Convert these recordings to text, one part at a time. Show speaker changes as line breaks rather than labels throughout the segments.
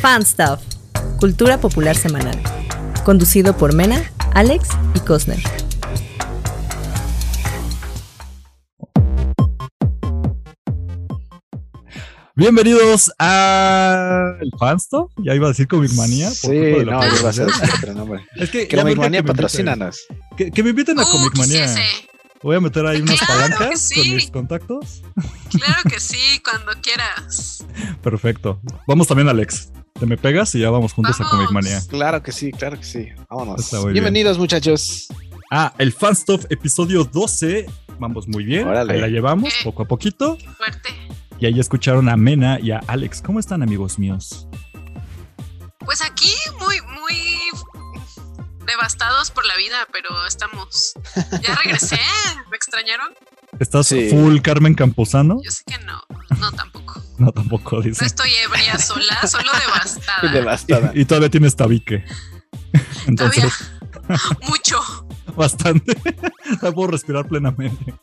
Fan Stuff, Cultura Popular Semanal, conducido por Mena, Alex y Cosner.
Bienvenidos a el Fan Stuff, ya iba a decir Comic Manía. por
Sí,
culpa de la
no,
pandemia.
iba a ser otro nombre.
es que ya urge
Comic Manía,
que me inviten.
patrocínanos.
Que, que me inviten a
Uh,
Comic Manía.
quisiese.
Voy a meter ahí unas
Claro que
palancas
sí.
con mis contactos.
Claro que sí, cuando quieras.
Perfecto. Vamos también, Alex. Te me pegas y ya vamos juntos a
Vamos.
Comic Manía.
Claro que sí, claro que sí. Vámonos.
Está muy bien.
Bienvenidos, muchachos.
Ah, el Fan Stuff episodio 12. Vamos muy bien.
Órale.
Ahí la llevamos
Eh.
poco a poquito.
Qué fuerte.
Y ahí escucharon a Mena y a Alex. ¿Cómo están, amigos míos?
Pues aquí muy, muy devastados por la vida, pero estamos. Ya regresé. ¿Me extrañaron?
¿Estás
Sí.
full Carmen Camposano?
Yo sé que no. No, tampoco.
No, tampoco,
No
dice.
estoy ebria sola, solo
Y
devastada.
devastada.
Y, y todavía tienes tabique. Entonces,
Todavía. Mucho.
bastante. No puedo respirar plenamente.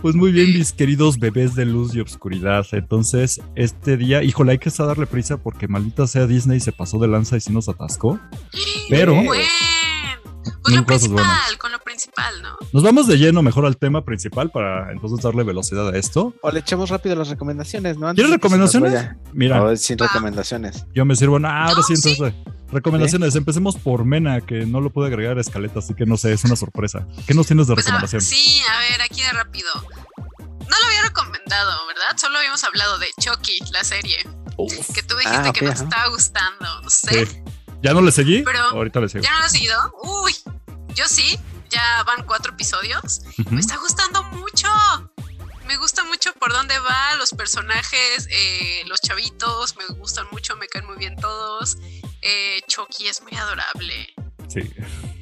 Pues muy bien, mis queridos bebés de luz y obscuridad. Entonces, este día, híjole, hay que estar darle prisa porque maldita sea Disney se pasó de lanza y sí nos atascó. Pero-
Eh,
Bueno. Pues
No,
lo
cosas
principal,
buenas.
con lo principal, ¿no?
Nos vamos de lleno mejor al tema principal para entonces darle velocidad a esto.
O le echamos rápido las recomendaciones, ¿no? Antes
¿Quieres
de que se nos
recomendaciones? Mira,
vaya. O sin
Va.
recomendaciones.
yo me sirvo. nada ahora
No,
sí, entonces. Recomendaciones. Empecemos por Mena, que no lo pude agregar a escaleta, así que no sé, es una sorpresa. ¿Qué nos tienes de
Pues, ah,
recomendación?
sí, a ver, aquí de rápido. No lo había recomendado, ¿verdad? Solo habíamos hablado de Chucky, la serie. Que tú dijiste
Ah, ok,
que no te
ajá.
estaba gustando, no sé.
Sí. Ya no le seguí.
¿eh? Pero-
Ahorita le sigo.
¿Ya no lo has seguido? Uy, yo sí, ya van cuatro episodios.
Ujú.
Me está gustando mucho. Me gusta mucho por dónde va, los personajes, eh, los chavitos, me gustan mucho, me caen muy bien todos. Eh, Chucky es muy adorable.
Sí.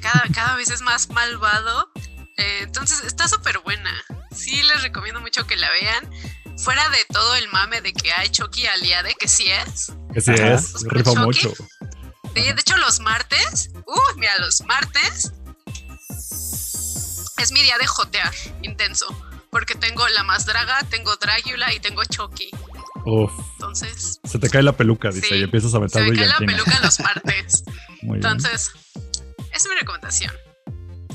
Cada, cada vez es más malvado. Eh, entonces está súper buena. Sí, les recomiendo mucho que la vean. Fuera de todo el mame de que hay Chucky aliade, que sí es.
Así
Ajá.
es, rifa
Pues, Choque.
mucho.
Sí, de hecho, los martes, uh, mira, los martes es mi día de jotear intenso, porque tengo la más draga, tengo Drácula y tengo Chucky.
Uf,
Entonces,
se te cae la peluca, dice,
Sí,
y empiezas a
se
aventar
me cae la
brillantina.
peluca los martes.
Muy bien.
Entonces, esa es mi recomendación.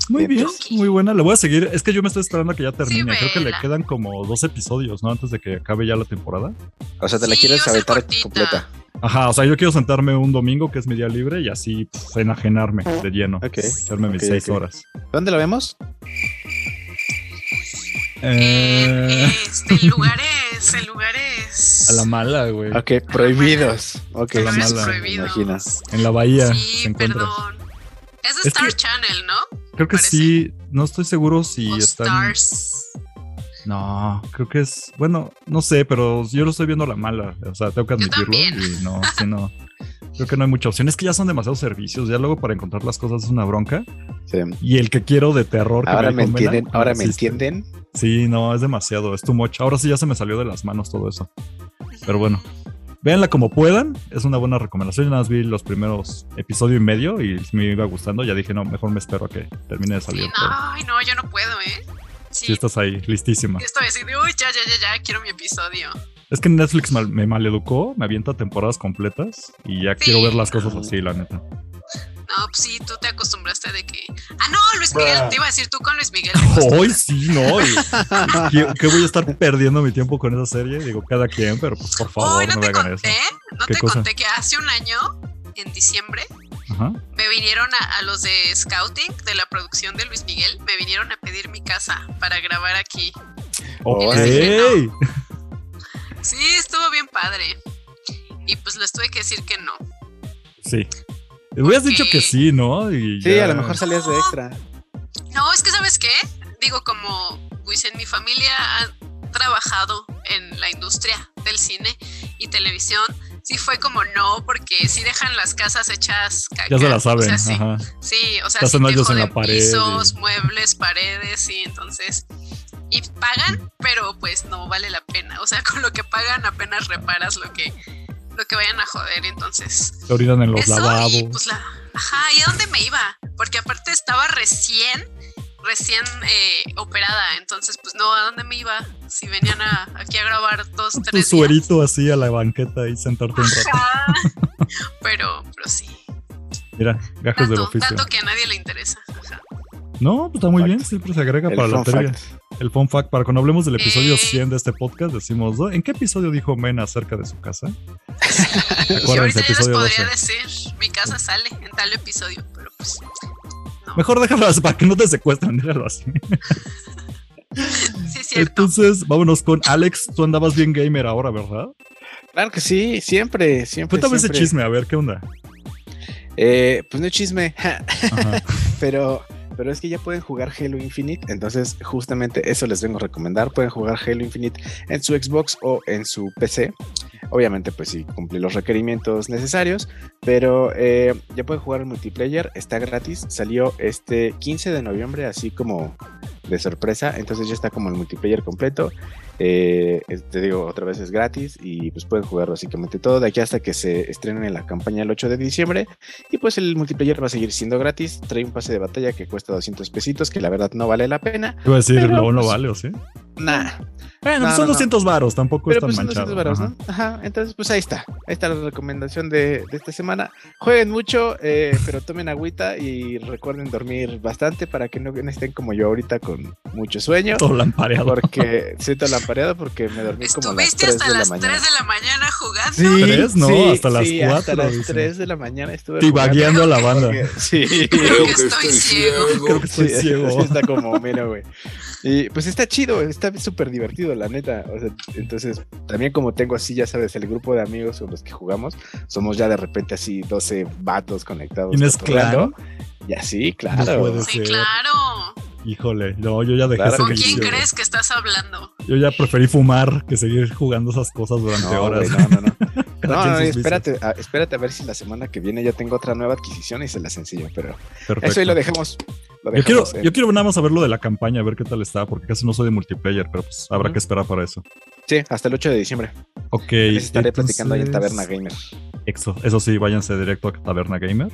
Muy bien,
Ok.
muy buena. La voy a seguir. Es que yo me estoy esperando a que ya termine. Creo que le
vela.
quedan como dos episodios, ¿no? Antes de que acabe ya la temporada.
O sea, te la
Sí,
quieres
va a ser
aventar
cortita.
completa.
Ajá, o sea, yo quiero sentarme un domingo, que es mi día libre, y así pff, enajenarme de lleno.
Ok,
Echarme mis
ok,
seis
ok.
horas.
¿Dónde lo vemos?
Eh,
En, este, en lugares, en lugares.
a la mala, güey.
Ok, prohibidos. Ok,
A la
lugares
mala, me
prohibidos.
imagino.
En la bahía se
Sí,
encuentra.
perdón. Es de
Es
Star
que-
Channel, ¿no?
Creo que
parece.
sí, no estoy seguro si
O
están.
Stars.
No, creo que es. Bueno, no sé, pero yo lo estoy viendo a la mala. O sea, tengo que
Yo
admitirlo.
también.
Y no, sí, no. Creo que no hay mucha opción. Es que ya son demasiados servicios. Ya luego para encontrar las cosas es una bronca.
Sí.
Y el que quiero de terror. que
Ahora
dijo
me
Mela,
entienden,
no
ahora me
existe.
entienden.
Sí, no, es demasiado. Es tu mocha. Ahora sí ya se me salió de las manos todo eso. Pero bueno, véanla como puedan. Es una buena recomendación. Yo nada más vi los primeros episodio y medio y me iba gustando. Ya dije, no, mejor me espero a que termine de salir.
Sí,
pero
no, ay, no, yo no puedo, ¿eh?
sí,
Sí,
estás ahí, listísima.
Estoy así de, uy, ya, ya, ya, ya, quiero mi episodio.
Es que Netflix mal- me maleducó, me avienta temporadas completas y ya quiero ver las cosas así, la neta.
No, pues sí, tú te acostumbraste de que. Ah, no, Luis Miguel,
Bruh.
te iba a decir tú con Luis Miguel.
Pues
Hoy sí, no. y- ¿Qué, qué voy a estar perdiendo mi tiempo con esa serie? Digo, cada quien, pero pues por favor,
Hoy
no,
no
me
te
hagan eso.
conté, no
¿Qué
te
cosa?
conté que hace un año, en diciembre,
Ajá.
me vinieron a, a los de Scouting, de la producción de Luis Miguel, me vinieron a pedir mi casa para grabar aquí.
Ok.
les
dije Sí, estuvo bien padre. Y pues les tuve que decir que no.
Sí. Le hubieras dicho que sí, ¿no? Y
Sí,
ya.
a lo mejor salías de extra.
No, es que sabes qué, digo como, pues en mi familia han trabajado en la industria del cine y televisión, sí fue como no, porque sí dejan las casas hechas caca.
Ya se la
O
saben.
sea, sí,
Ajá.
sí, o sea,
Te hacen
sí te
hoyos en la
joden
pared y-
pisos, muebles, paredes, sí, entonces... Y pagan, pero pues no vale la pena. O sea, con lo que pagan apenas reparas lo que, lo que vayan a joder. Entonces,
Te orinan en los
eso
lavabos.
y pues la... Ajá, ¿y a dónde me iba? Porque aparte estaba recién, recién eh, operada, entonces pues no, ¿a dónde me iba? Si venían a- aquí a grabar dos,
tu
tres días. Ah,
suerito así a la banqueta y sentarte un rato.
Ajá.
Mira, gajos Pues del
Tanto,
oficio.
tanto que a nadie le interesa. Ajá.
No, pues está muy
Fact.
bien, siempre se agrega
El
para la
fun
trivia.
fact.
El fun fact, para cuando hablemos del episodio
Eh.
100 de este podcast, decimos, ¿no? ¿en qué episodio dijo Mena acerca de su casa?
Y ahorita yo les
episodio 12.
podría decir, mi casa sale en tal episodio, pero pues
Mejor déjalo así, para que no te secuestren, déjalo así.
sí es cierto.
Entonces, vámonos con Alex, tú andabas bien gamer ahora, ¿verdad?
Claro que sí, siempre, siempre.
Cuéntame ese
Pues siempre.
chisme, a ver, ¿qué onda?
Eh, pues no es chisme,
Ajá.
pero, pero es que ya pueden jugar Halo Infinite. Entonces, justamente eso les vengo a recomendar. Pueden jugar Halo Infinite en su Xbox o en su PC. Obviamente, pues sí, cumple los requerimientos necesarios. Pero eh, ya pueden jugar el multiplayer. Está gratis. Salió este 15 de noviembre, así como de sorpresa. Entonces ya está como el multiplayer completo. Eh, es- te digo, otra vez es gratis y pues pueden jugar básicamente todo de aquí hasta que se estrenen en la campaña el 8 de diciembre. Y pues el multiplayer va a seguir siendo gratis. Trae un pase de batalla que cuesta 200 pesitos, que la verdad no vale la pena.
Iba a decir,
Pero,
no, no
pues,
vale, ¿o sí?
Nah,
Bueno, pues
no,
son
no.
200 varos, tampoco
pero
es tan
pues son
manchado.
200 varos,
Ajá.
¿no? Ajá, entonces pues ahí está. Ahí está la recomendación de, de esta semana. Jueguen mucho, eh, pero tomen agüita y recuerden dormir bastante para que no estén como yo ahorita con mucho sueño.
Todo lampareado.
Porque siento lampareado porque me dormí como a las
Estuviste
3
hasta
de la
las
mañana.
3 de la mañana jugando.
Sí,
¿Tres? No, hasta las
sí, Hasta
cuatro,
las
dicen.
3 de la mañana estuve jugando
Tibagueando a la banda.
porque- Sí.
Creo que estoy ciego.
Creo que estoy
Sí,
ciego.
sí está como, mira, güey. Y pues está chido, está súper divertido, la neta. O sea, entonces, también como tengo así, ya sabes, el grupo de amigos con los que jugamos, somos ya de repente así 12 vatos conectados.
¿Tienes
cotorreando.
clan?
Y así,
No
claro.
puede
Sí,
ser.
claro.
Híjole, no, yo ya dejé
Claro
ese
¿Con
que
vicio,
quién
güey.
crees que estás hablando?
Yo ya preferí fumar que seguir jugando esas cosas durante
No,
horas.
güey, no, no, no.
Cada
No,
quien
no,
sus vicios.
espérate, a, espérate a ver si la semana que viene ya tengo otra nueva adquisición y se las enseño, pero
Perfecto.
eso ahí lo dejamos. Lo
Yo quiero,
dejamos en-
yo quiero nada más saber lo de la campaña, a ver qué tal está, porque casi no soy de multiplayer, pero pues habrá
Ujú.
que esperar para eso.
Sí, hasta el 8 de diciembre.
Ok.
Les estaré platicando ahí en
entonces-
Taberna Gamer.
Eso, eso sí, váyanse directo a Taberna Gamer.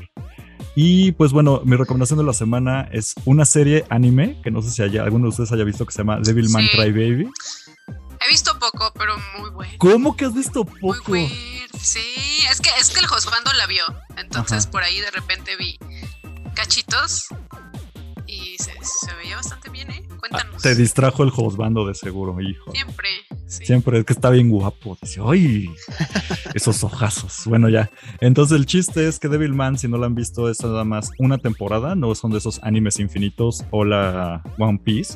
Y pues bueno, mi recomendación de la semana es una serie anime que no sé si haya, alguno de ustedes haya visto que se llama Devilman
Sí.
Cry Baby.
He visto poco, pero muy bueno.
¿Cómo que has visto
Muy
poco?
bueno. Sí, es que, es que el Josbando la vio. Entonces
Ajá.
por ahí de repente vi cachitos y se, se veía bastante bien, ¿eh? Cuéntanos.
Ah, Te distrajo el josbando de seguro, hijo.
Siempre. Sí.
Siempre es que está bien guapo. Dice, ¡ay! Esos ojazos. Bueno, ya. Entonces, el chiste es que Devilman, si no lo han visto, es nada más una temporada. No son de esos animes infinitos o la One Piece.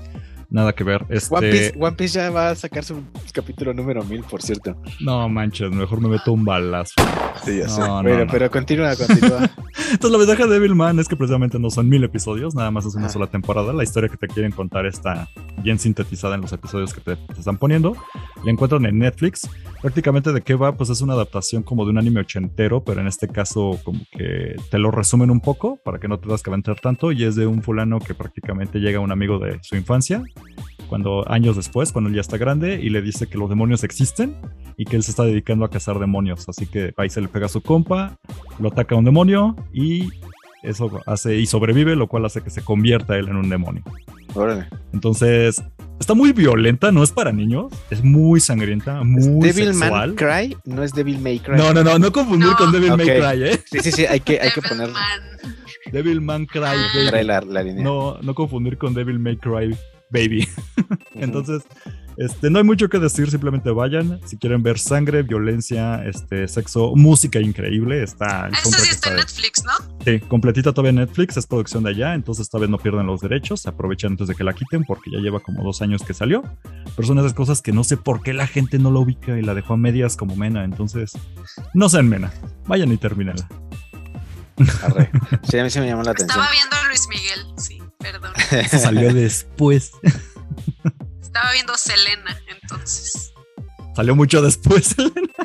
Nada que ver. Este,
One, Piece, One Piece ya va a sacar su capítulo número 1000, por cierto.
No manches, mejor me meto un balazo.
Sí, ya
No,
sé.
no,
bueno,
no.
pero continúa, continúa.
Entonces, la ventaja de Devilman es que precisamente no son mil episodios, nada más es una
Ajá.
sola temporada. La historia que te quieren contar está bien sintetizada en los episodios que te, te están poniendo. La encuentran en Netflix. Prácticamente de qué va, pues es una adaptación como de un anime ochentero, pero en este caso como que te lo resumen un poco para que no te das que aventar tanto. Y es de un fulano que prácticamente llega a un amigo de su infancia, cuando años después, cuando él ya está grande, y le dice que los demonios existen y que él se está dedicando a cazar demonios. Así que ahí se le pega a su compa, lo ataca un demonio y eso hace y sobrevive, lo cual hace que se convierta él en un demonio.
Órale.
Entonces, está muy violenta, no es para niños, es muy sangrienta, muy
Devil
sexual.
Man Cry no es Devil May Cry.
No, no, no, no confundir
No.
con Devil May
Ok.
Cry, ¿eh?
Sí, sí, sí, hay que, hay que poner
Devilman.
Devil Man Cry,
Ah.
baby.
trae la, la línea.
No, no confundir con Devil May Cry, baby.
Ujú.
Entonces, este, no hay mucho que decir, simplemente vayan. Si quieren ver sangre, violencia, este, sexo, música increíble, está el
Ah, Esto
soundtrack
sí está en
está-
Netflix, ¿no?
Sí, completita todavía en Netflix, es producción de allá, entonces todavía no pierden los derechos, se aprovechan antes de que la quiten porque ya lleva como dos años que salió. Pero son esas cosas que no sé por qué la gente no la ubica y la dejó a medias como Mena, entonces no sean Mena, vayan y termínenla.
Arre. Sí, a mí se me llamó la atención.
Estaba viendo a Luis Miguel, sí, perdón.
Eso salió después,
Estaba viendo Selena, entonces.
salió mucho después.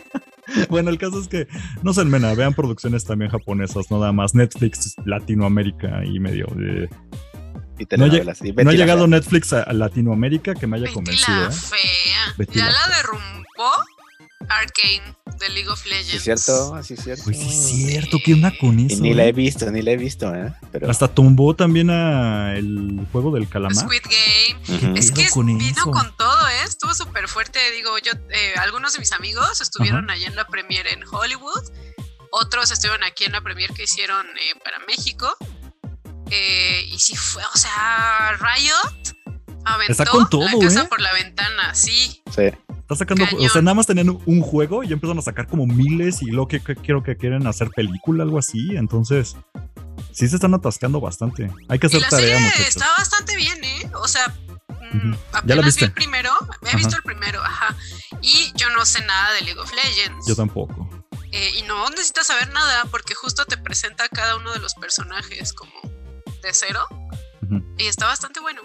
bueno, el caso es que no sean Mena, vean producciones también japonesas, no nada más Netflix, Latinoamérica y medio. eh.
Y
No,
telenovelas. Y Betty
No ha
la
llegado
Fea.
Netflix a a Latinoamérica que me haya
Betty
convencido.
la
¿eh?
fea.
Betty
ya
la
la, derrumbó Arkane de League of Legends.
Sí, es cierto, sí, es cierto.
Pues sí es cierto, ¿qué onda con
Y
eso?
ni la
eh?
he visto, ni la he visto, ¿eh? Pero.
Hasta tumbó también a el juego del calamar.
Squid Game.
Ujú.
Es
pedo
que
con
vino
eso?
con todo, ¿eh? estuvo súper fuerte. Digo, yo, eh, algunos de mis amigos estuvieron allá en la premiere en Hollywood. Otros estuvieron aquí en la premier que hicieron eh, para México. Eh, y sí fue, o sea, Riot aventó
Está con todo,
la casa
¿eh?
por la ventana, sí.
Sí.
Está sacando, o sea,
Cañón.
nada más tenían un juego y empezaron a sacar como miles y lo que que- creo que quieren hacer película, algo así. Entonces, sí se están atascando bastante. Hay que
Y
hacer
la
tarea,
serie
muchachos.
está bastante bien, ¿eh? O sea, mm,
Ujú.
apenas
¿Ya la viste?
vi el primero, he
Ajá.
visto el primero, ajá. Y yo no sé nada de League of Legends.
Yo tampoco.
Eh, y no necesitas saber nada porque justo te presenta a cada uno de los personajes como de cero.
Ujú.
Y está bastante bueno.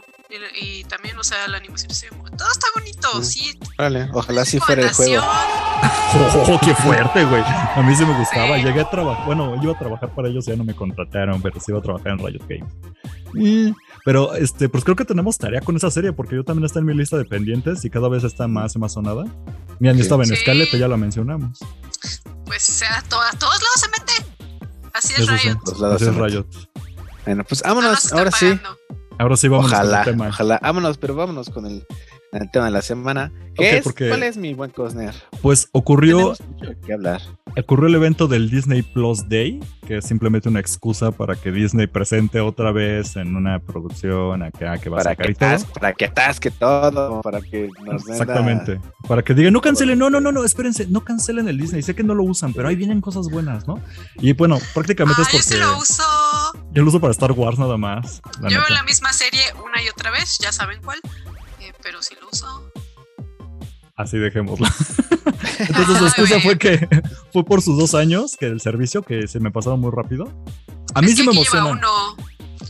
Y, y también, o sea, la animación está bien bu- Todo está bonito,
Mm.
sí.
Vale, ojalá
es
sí fuera el juego.
animación,
¡Oh, qué fuerte, güey! A mí sí me gustaba.
Sí.
Llegué a trabajar. Bueno, iba a trabajar para ellos, ya no me contrataron, pero sí iba a trabajar en Riot Games. Y- Pero, este, pues creo que tenemos tarea con esa serie, porque yo también está en mi lista de pendientes y cada vez está más y más sonada. Mira, yo
Sí.
estaba en
Sí.
Scarlett, ya la mencionamos.
Pues sea, to- a todos lados se mete. Así es
Eso sí.
Riot.
Los lados
Ese es
se meten.
Riot.
Bueno, pues
No nos
vámonos,
están
ahora sí.
pagando.
Ahora sí vamos
Ojalá,
al tema.
ojalá. Vámonos, pero vámonos con el, el tema de la semana. ¿Qué
Ok,
es?
porque-
¿Cuál es mi buen Cosner?
Pues ocurrió,
Tenemos mucho que hablar.
ocurrió el evento del Disney Plus Day, que es simplemente una excusa para que Disney presente otra vez en una producción acá que va a
Para
sacar
que,
y todo.
atasque, para que atasque todo, para que nos den la-
Exactamente. Para que digan, no cancelen, no, no, no, no, espérense, no cancelen el Disney. Sé que no lo usan, pero ahí vienen cosas buenas, ¿no? Y bueno, prácticamente
Ah,
es
yo
porque
sí lo uso.
yo lo uso para Star Wars nada más. la
yo veo
neta.
la misma serie una y otra vez, ya saben cuál. eh, pero sí lo uso.
Así dejémosla. Entonces la excusa
Ay.
fue que fue por sus dos años que el servicio que se me pasaron muy rápido. A mí
Es
sí
que
me
aquí
emociona.
lleva uno.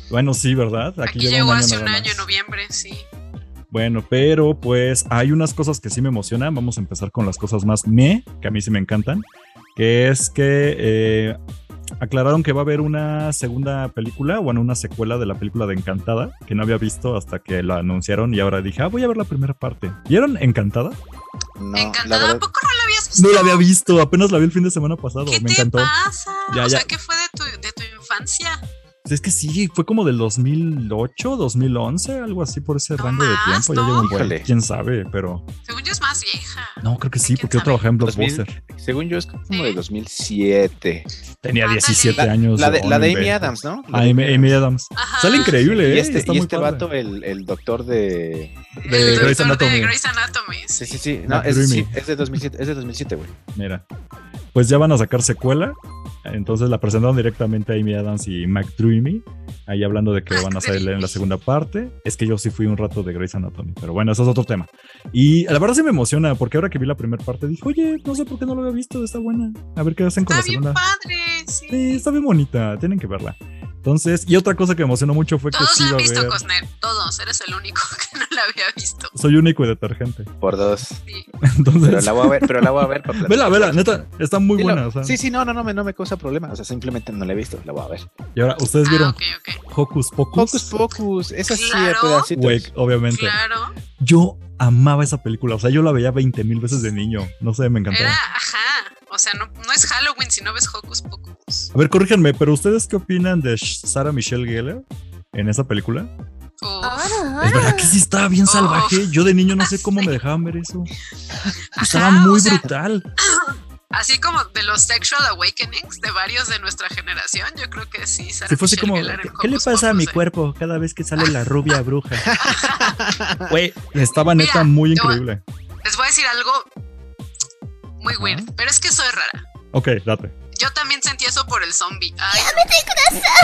Bueno, sí, ¿verdad? Aquí,
Aquí,
lleva
llegó
un año
hace un
nada
año en
más.
noviembre, sí.
Bueno, pero pues hay unas cosas que sí me emocionan. Vamos a empezar con las cosas más me, que a mí sí me encantan. Que es que eh, aclararon que va a haber una segunda película, bueno, una secuela de la película de Encantada, que no había visto hasta que la anunciaron y ahora dije, ah, voy a ver la primera parte. ¿Vieron Encantada?
No, la
Encantada,
verdad-
¿a poco no la habías visto?
No la había visto, apenas la vi el fin de semana pasado,
¿Qué
me
te
encantó.
pasa?
Ya,
o
ya.
sea, ¿qué fue de tu, de tu infancia?
Es que sí, fue como del 2008, 2011, algo así por ese
No
rango de
más,
tiempo. Ya
¿no?
llevo un buen-
Híjole.
quién sabe, pero
Según yo es más vieja.
no, creo que sí,
¿Quién
porque yo
sabe?
trabajé en
2000.
Blockbuster.
Según yo es como de
Sí.
2007.
Tenía
Ándale.
17
La-
años.
La de,
o
la
no
de Amy
inventes.
Adams, ¿no? La
Ah,
de
Amy, Amy Adams.
Ajá.
Sale increíble, ¿eh?
Y este,
Está
y
muy
este
padre.
vato, el, el doctor de...
El
de
doctor
Grey's Anatomy.
De Grey's Anatomy,
Sí,
sí.
sí, sí. No,
Matt
es, sí,
Groening.
es de 2007, es de 2007, güey.
Mira. Pues ya van a sacar secuela. Entonces la presentaron directamente a Amy Adams y Mac Dreamy. Ahí hablando de que
Mac
van a salir en la
Dreamy.
segunda parte. Es que yo sí fui un rato de Grey's Anatomy. Pero bueno, eso es otro tema. Y la verdad sí me emociona porque ahora que vi la primera parte dije, oye, no sé por qué no lo había visto. Está buena. A ver qué hacen con
Está
la
bien
segunda.
padre, sí.
Sí, está bien bonita. Tienen que verla. Entonces, y otra cosa que me emocionó mucho fue que
Todos
sí
la
iba
han
a
visto,
ver.
Cosner. Todos. Eres el único que no la había visto.
Soy único y detergente.
Por dos.
Sí.
Pero
Entonces,
la voy a ver, pero la voy a ver. para
Vela,
platicar.
vela, neta, está muy
Sí,
buena.
lo-
o sea.
Sí, sí, no, no, no, me, no me causa problema. O sea, simplemente no la he visto, la voy a ver.
Y ahora, ¿ustedes
Ah,
vieron
ok, ok.
Hocus Pocus?
Focus Pocus, esa sí, de
Claro.
pedacitos.
Güey, obviamente.
Claro.
Yo amaba esa película, o sea, yo la veía 20 mil veces de niño. No sé, me encantaba.
Era, ajá. O sea, no, no es Halloween si no ves Hocus Pocus.
A ver, corríjanme, pero ¿ustedes qué opinan de Sh- Sarah Michelle Gellar en esa película?
Uf.
Ah,
Es verdad que sí estaba bien
Oh.
salvaje. Yo de niño no sé cómo me dejaban ver eso. Estaba
Ajá, o
muy
sea,
brutal.
Así como de los sexual awakenings de varios de nuestra generación, yo creo que sí. Sarah
Si fuese
Michelle
como,
Gellar en
¿qué, qué le
Hocus
pasa a mi
Pocus, eh?
cuerpo cada vez que sale la rubia bruja? Güey, estaba neta
Mira,
muy
te voy-
increíble.
Les voy a decir algo muy weird, pero es que soy rara.
Ok, date.
Yo también sentí eso por el zombie. Ay,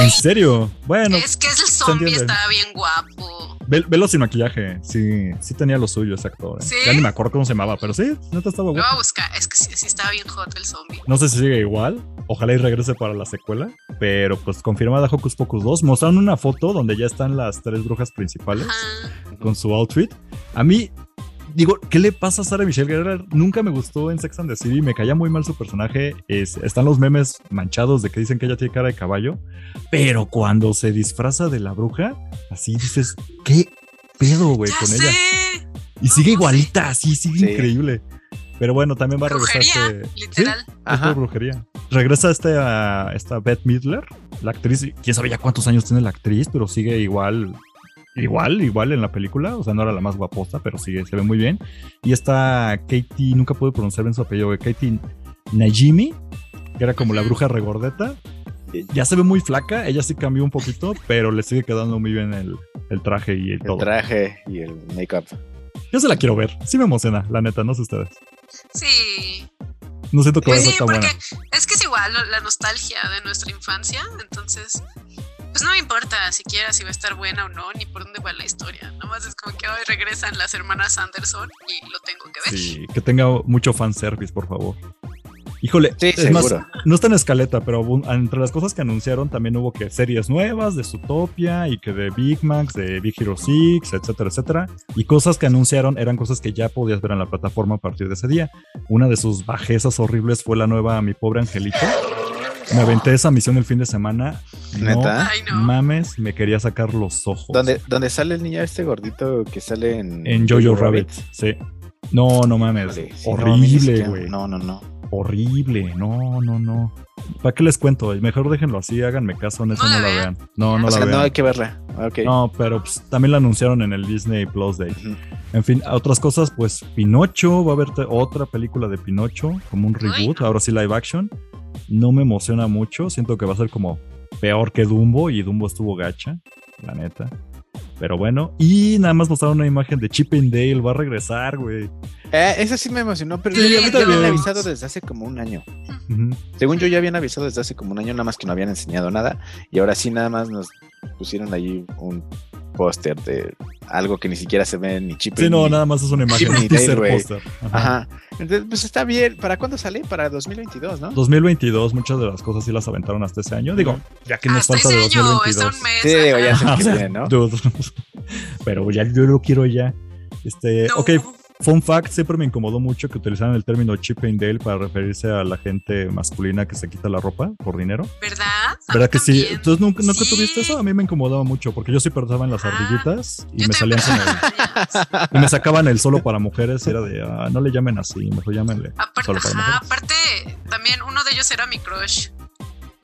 ¿En serio? Bueno,
es que el zombie
entiende.
estaba bien guapo.
Ve- Velo sin maquillaje. Sí, sí tenía lo suyo ese actor. ¿eh?
¿Sí?
Ya ni me acuerdo cómo se llamaba, pero sí, neta estaba
Lo
guapo.
voy a buscar. Es que sí, sí estaba bien hot el zombie.
No sé si sigue igual. Ojalá y regrese para la secuela. Pero pues confirmada Hocus Pocus 2. Mostraron una foto donde ya están las tres brujas principales
Ah,
con su outfit. A mí, digo, ¿qué le pasa a Sarah Michelle Gellar? Nunca me gustó en Sex and the City. Me caía muy mal su personaje. Es- están los memes manchados de que dicen que ella tiene cara de caballo. Pero cuando se disfraza de la bruja, así dices, ¿qué pedo, güey,
ya
Pues con
sé.
ella? Y
No,
sigue
no sé.
igualita, sí, sigue
Sí.
increíble. Pero bueno, también va a regresar
Brujería,
este.
literal.
Sí, es por
Ajá.
brujería. Regresa este, a esta Beth Midler, la actriz. Quién sabe ya cuántos años tiene la actriz, pero sigue igual. Igual, igual en la película. O sea, no era la más guaposa, pero sigue, se ve muy bien. Y está Katie, nunca pude pronunciar bien su apellido, güey, Katie Najimi. que era como la bruja regordeta. Ya se ve muy flaca, ella sí cambió un poquito, pero le sigue quedando muy bien el, el traje y el
El
todo.
traje y el make-up.
Yo se la quiero ver, sí me emociona, la neta, no sé ustedes.
Sí.
No siento que vaya a
Pues
ser
sí,
tan
porque
buena.
es que es igual lo- la nostalgia de nuestra infancia, entonces pues no me importa siquiera si va a estar buena o no, ni por dónde va la historia. Nomás es como que hoy regresan las hermanas Anderson y lo tengo que ver.
Sí, que tenga mucho fanservice, por favor. Híjole,
Sí,
es
seguro.
más, no está en escaleta, pero hubo- entre las cosas que anunciaron también hubo que series nuevas de Zootopia y que de Big Max, de Big Hero 6, etcétera, etcétera. Y cosas que anunciaron eran cosas que ya podías ver en la plataforma a partir de ese día. Una de sus bajezas horribles fue la nueva Mi Pobre Angelito. Me aventé esa misión el fin de semana.
¿Neta?
Ay,
No
no.
mames, me quería sacar los ojos.
Donde, donde sale el niño este gordito que sale en...
En Jojo Rabbit, sí. No, no mames.
Híjole, sí, no, a mí ni
horrible,
siquiera-
güey.
No, no, no.
horrible. No, no, no. ¿Para qué les cuento? Mejor déjenlo así, háganme caso, en eso
No
no
la
la
vean.
vean. No, no
o
la
sea, no hay
vean.
que verla. Ok.
No, pero pues, también la anunciaron en el Disney Plus Day.
Ujú.
En fin, a otras cosas, pues Pinocho, va a haber te- otra película de Pinocho, como un
Ay,
reboot,
no.
ahora sí live action. No me emociona mucho, siento que va a ser como peor que Dumbo y Dumbo estuvo gacha, la neta. Pero bueno, y nada más mostraron una imagen de Chip and Dale, va a regresar, güey.
Eh, esa sí me emocionó, pero
Sí,
yo
a
ya
mí
me habían
también.
avisado desde hace como un año.
Ujú.
Según yo ya habían avisado desde hace como un año, nada más que no habían enseñado nada. Y ahora sí nada más nos pusieron allí un póster de algo que ni siquiera se ve ni chip.
Sí, no,
ni-
nada más es una imagen,
Chip
un
and Dale,
teaser
güey.
póster. Ajá.
Ajá. Entonces, pues está bien. ¿Para cuándo sale? Para 2022, ¿no?
2022, muchas de las cosas sí las aventaron hasta ese año. Digo, ya que nos
Hasta
falta de
ese año, está
2022.
un mes.
Sí, digo, ya
ajá.
se
Ajá, o sea,
viene, ¿no?
dude. Pero ya yo lo quiero ya. Este,
No.
ok, fun fact, siempre me incomodó mucho que utilizaran el término chip and dale para referirse a la gente masculina que se quita la ropa por dinero.
¿Verdad? A
¿Verdad
mí
que sí?
Ah, también.
Entonces nunca, nunca
Sí.
tuviste eso, a mí me incomodaba mucho porque yo sí pensaba en las
Ah,
ardillitas y
Yo
me salían
también
con el-
pensaba en ellas.
y me sacaban el solo para mujeres y era de, ah, no le llamen así, mejor llámenle
Aparte,
solo para
ajá,
mujeres.
aparte, también uno de ellos era mi crush.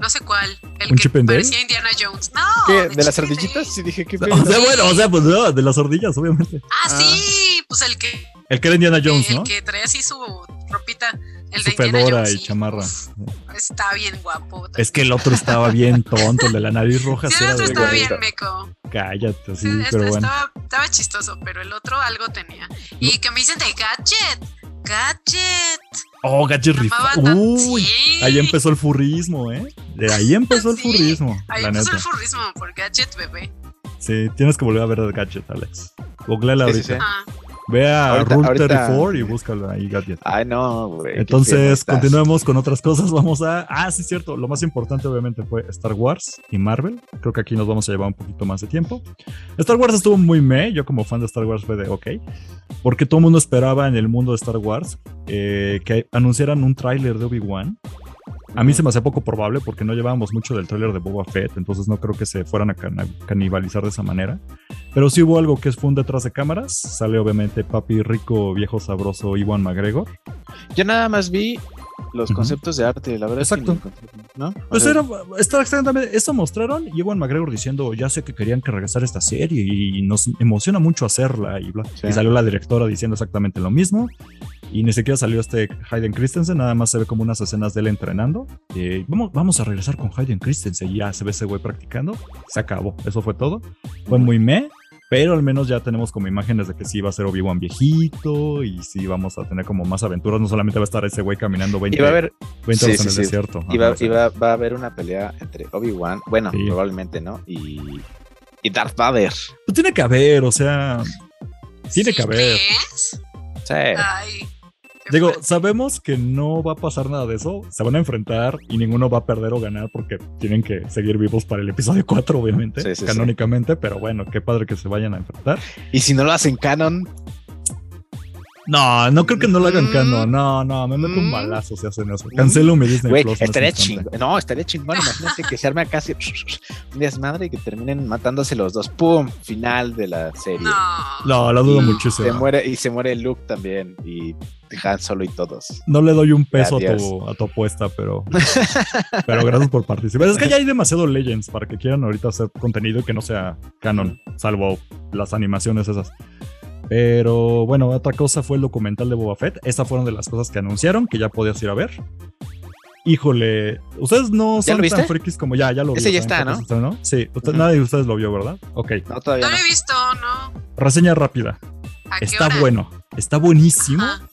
No sé cuál. El
¿Un
que
Chip and Dale?
parecía Indiana Jones. No.
¿Qué?
de
¿De las
Chip and
ardillitas?
Dale.
Sí, dije que...
O sea, bueno, o sea, pues no, de las ardillas, obviamente.
Ah,
Ah.
sí. Pues el que,
El que era Indiana Jones,
el
¿no?
que trae así su ropita. El
Su
de Indiana
fedora
Jones,
y
sí.
chamarra.
Uf, Está bien guapo.
Es que el otro estaba bien tonto, el de la nariz roja.
Sí,
sí
el
era
otro
de
estaba
güey,
bien meco.
Cállate, sí,
Este-
Mm, pero bueno.
estaba, estaba chistoso, pero el otro algo tenía. Y que me dicen de gadget. Gadget.
Oh, Gadget Riff.
Amaban tan-
Uy,
sí.
ahí empezó el furrismo, ¿eh? De ahí empezó el
Sí,
furrismo,
Ahí
la
empezó
neta.
el furrismo por gadget, bebé.
Sí, tienes que volver a ver el Gadget, Alex. Googleala
Sí, sí,
ahorita.
sí.
Ah,
Ve a
Ahorita-
Rule
ahorita-
34 y búscala ahí, Gadget.
Ay, no, güey. qué fiel
Entonces,
estás.
continuamos con otras cosas. Vamos a. Ah, sí, cierto. Lo más importante, obviamente, fue Star Wars y Marvel. Creo que aquí nos vamos a llevar un poquito más de tiempo. Star Wars estuvo muy meh. Yo, como fan de Star Wars, fue de ok. Porque todo el mundo esperaba en el mundo de Star Wars eh, que anunciaran un tráiler de Obi-Wan. A mí se me hace poco probable porque no llevábamos mucho del tráiler de Boba Fett, entonces no creo que se fueran a cana- canibalizar de esa manera. Pero sí hubo algo que fue un detrás de cámaras. Sale obviamente papi rico, viejo sabroso Iwan McGregor.
Yo nada más vi los
Ujú.
conceptos de arte, la verdad. es que
Exacto.
ni encontré, ¿no? O
Pues
sea,
era, estaba exactamente, eso mostraron y Ewan McGregor diciendo, ya sé que querían que regresara esta serie y nos emociona mucho hacerla y bla.
Sí.
Y salió la directora diciendo exactamente lo mismo y ni siquiera salió este Hayden Christensen, nada más se ve como unas escenas de él entrenando. Eh, vamos, vamos a regresar con Hayden Christensen y ya se ve ese güey practicando. Se acabó, eso fue todo. Fue muy meh. Pero al menos ya tenemos como imágenes de que sí va a ser Obi-Wan viejito y sí vamos a tener como más aventuras. No solamente va a estar ese güey caminando 20,
Y va a haber,
20
sí,
horas
sí,
en el
sí.
desierto.
y va,
Ajá, o sea,
y va- va a haber una pelea entre Obi-Wan, bueno,
Sí.
probablemente, ¿no? Y, y Darth Vader.
Pues tiene que haber, o sea. Tiene
¿sí
que haber. Eh,
crees?
Sí.
Ay. qué
Digo,
fuerte.
sabemos que no va a pasar nada de eso. Se van a enfrentar y ninguno va a perder o ganar porque tienen que seguir vivos para el episodio 4, obviamente,
Sí, sí, sí.
canónicamente. Pero bueno, qué padre que se vayan a enfrentar.
Y si no lo hacen canon,
No, no creo que no lo hagan
Mm-hmm.
Mm.
cano. No, no, me meto un
Mm.
balazo si hacen eso.
Mm.
Cancelo mi Disney
güey,
Plus. en
estaría
este
chingón.
instante.
No, estaría chingón. Imagínate que se arme casi un desmadre y que terminen matándose los dos. ¡Pum! Final de la serie.
No.
No, lo dudo
No.
Se
muchísimo.
muere, y se muere Luke también. Y Han Solo y todos.
No le doy un peso a
Adiós.
tu, a tu apuesta, pero, pero gracias por participar. Es que ya hay demasiado Legends para que quieran ahorita hacer contenido que no sea canon, salvo las animaciones esas. Pero bueno, otra cosa fue el documental de Boba Fett. Estas fueron de las cosas que anunciaron que ya podías ir a ver. Híjole, ustedes no
¿Ya
son
lo viste?
tan frikis como ya, ya lo
Ese
vio,
ya
también,
está,
¿no? Sí, usted-
Ujú.
nadie de ustedes lo vio, ¿verdad? Ok,
No, todavía
No
no.
lo he visto, ¿no?
reseña rápida.
¿A qué
Está
hora?
bueno, está buenísimo,
Ajá.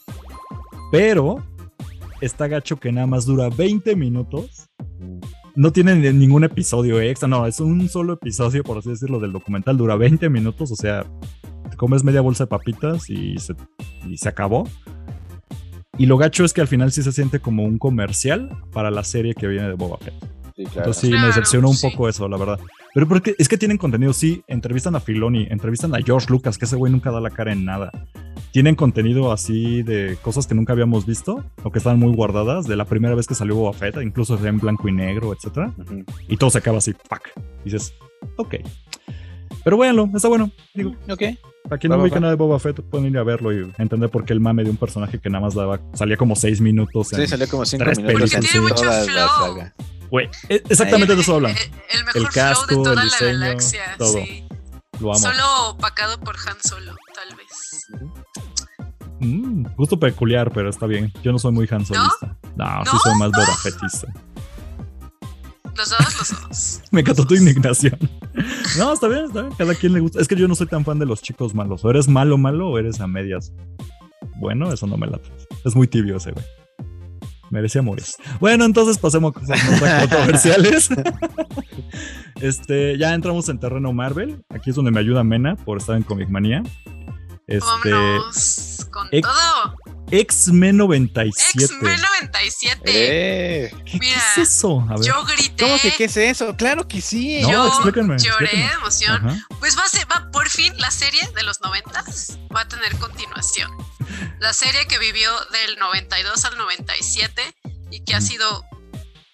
pero está gacho que nada más dura 20 minutos. No tiene ni- ningún episodio extra, no, es un solo episodio, por así decirlo, del documental. Dura 20 minutos, o sea, te comes media bolsa de papitas y se, y se acabó. Y lo gacho es que al final sí se siente como un comercial para la serie que viene de Boba Fett.
Sí, claro.
Entonces Pues sí, me
Claro,
decepcionó un
sí.
poco eso, la verdad. Pero porque es que tienen contenido, sí, entrevistan a Filoni, entrevistan a George Lucas, que ese güey nunca da la cara en nada. Tienen contenido así de cosas que nunca habíamos visto o que están muy guardadas de la primera vez que salió Boba Fett, incluso en blanco y negro, etcétera.
Ujú.
Y todo se acaba así, ¡pac! Dices, ok. Pero véanlo, está bueno. Digo,
Ok.
para quien no
Va, va,
ubica
va.
nada de Boba Fett, pueden ir a verlo y entender por qué el mame de un personaje que nada más daba, salía como seis minutos. en-
Sí, salió como 5
Tres
minutos.
pelos
en
Porque tiene
mucho
toda la
flow.
saga.
Güey, e- exactamente de eso hablan.
El, Eh, el mejor
El casco,
flow de toda
el
la
diseño,
galaxia.
todo.
Sí.
Lo amo.
Solo opacado por Han Solo, tal vez.
Mm, gusto peculiar, pero está bien. Yo no soy muy Han Soloista. No, sí
¿No?
soy más Boba Fettista.
Los dos, los dos.
Me encantó tu indignación. No, está bien, está bien. Cada quien le gusta. Es que yo no soy tan fan de los chicos malos. O eres malo, malo, o eres a medias. Bueno, eso no me late. Es muy tibio ese güey. Merecía morir. Bueno, entonces pasemos a cosas no tan controversiales. este, ya entramos en terreno Marvel. Aquí es donde me ayuda Mena por estar en Comic Manía. Este,
Vámonos con
Ex-
todo.
X-Men 97.
X-Men 97.
Eh,
¿Qué, qué
Mira,
es eso? A ver.
Yo grité.
¿Cómo que qué es eso? Claro que sí.
No,
yo
explíquenme,
lloré
explíquenme.
de emoción.
Ajá.
Pues va a ser, va, por fin la serie de los 90 va a tener continuación. La serie que vivió del 92 al 97 y que ha
Ujú.
sido,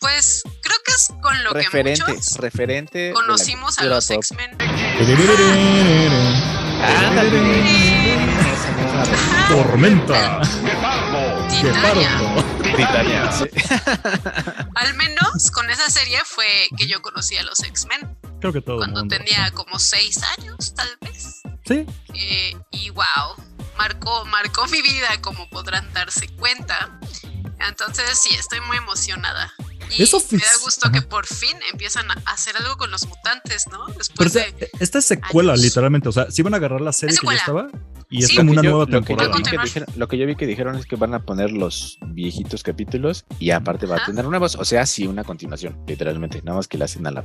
pues creo que es con lo
referente,
que muchos
referente. de la
conocimos a
cultura
los
pop.
X-Men.
Ándale.
Tormenta. ¡Qué
Titania.
Titania. Sí.
Al menos con esa serie fue que yo conocí a los X-Men
Creo que todo. el
cuando
mundo.
tenía como 6 años, tal vez.
Sí,
Eh, y wow, marcó, marcó mi vida, como podrán darse cuenta. Entonces sí, estoy muy emocionada. Y
Eso
me da
fis-
gusto
Ajá.
que por fin empiezan a hacer algo con los mutantes, ¿no?
pero
Después
esta,
de...
esta es secuela,
años.
literalmente. O sea, si van a agarrar la serie
Es
que ya
secuela.
estaba y es
Sí.
como
Lo
una
que yo-
nueva
lo que yo
temporada.
vi que
Continuar.
dijeron- Lo que yo vi que dijeron es que van a poner los viejitos capítulos y aparte va a
Ajá.
tener nuevos. O sea, sí, una continuación, literalmente. Nada más que la hacen a la,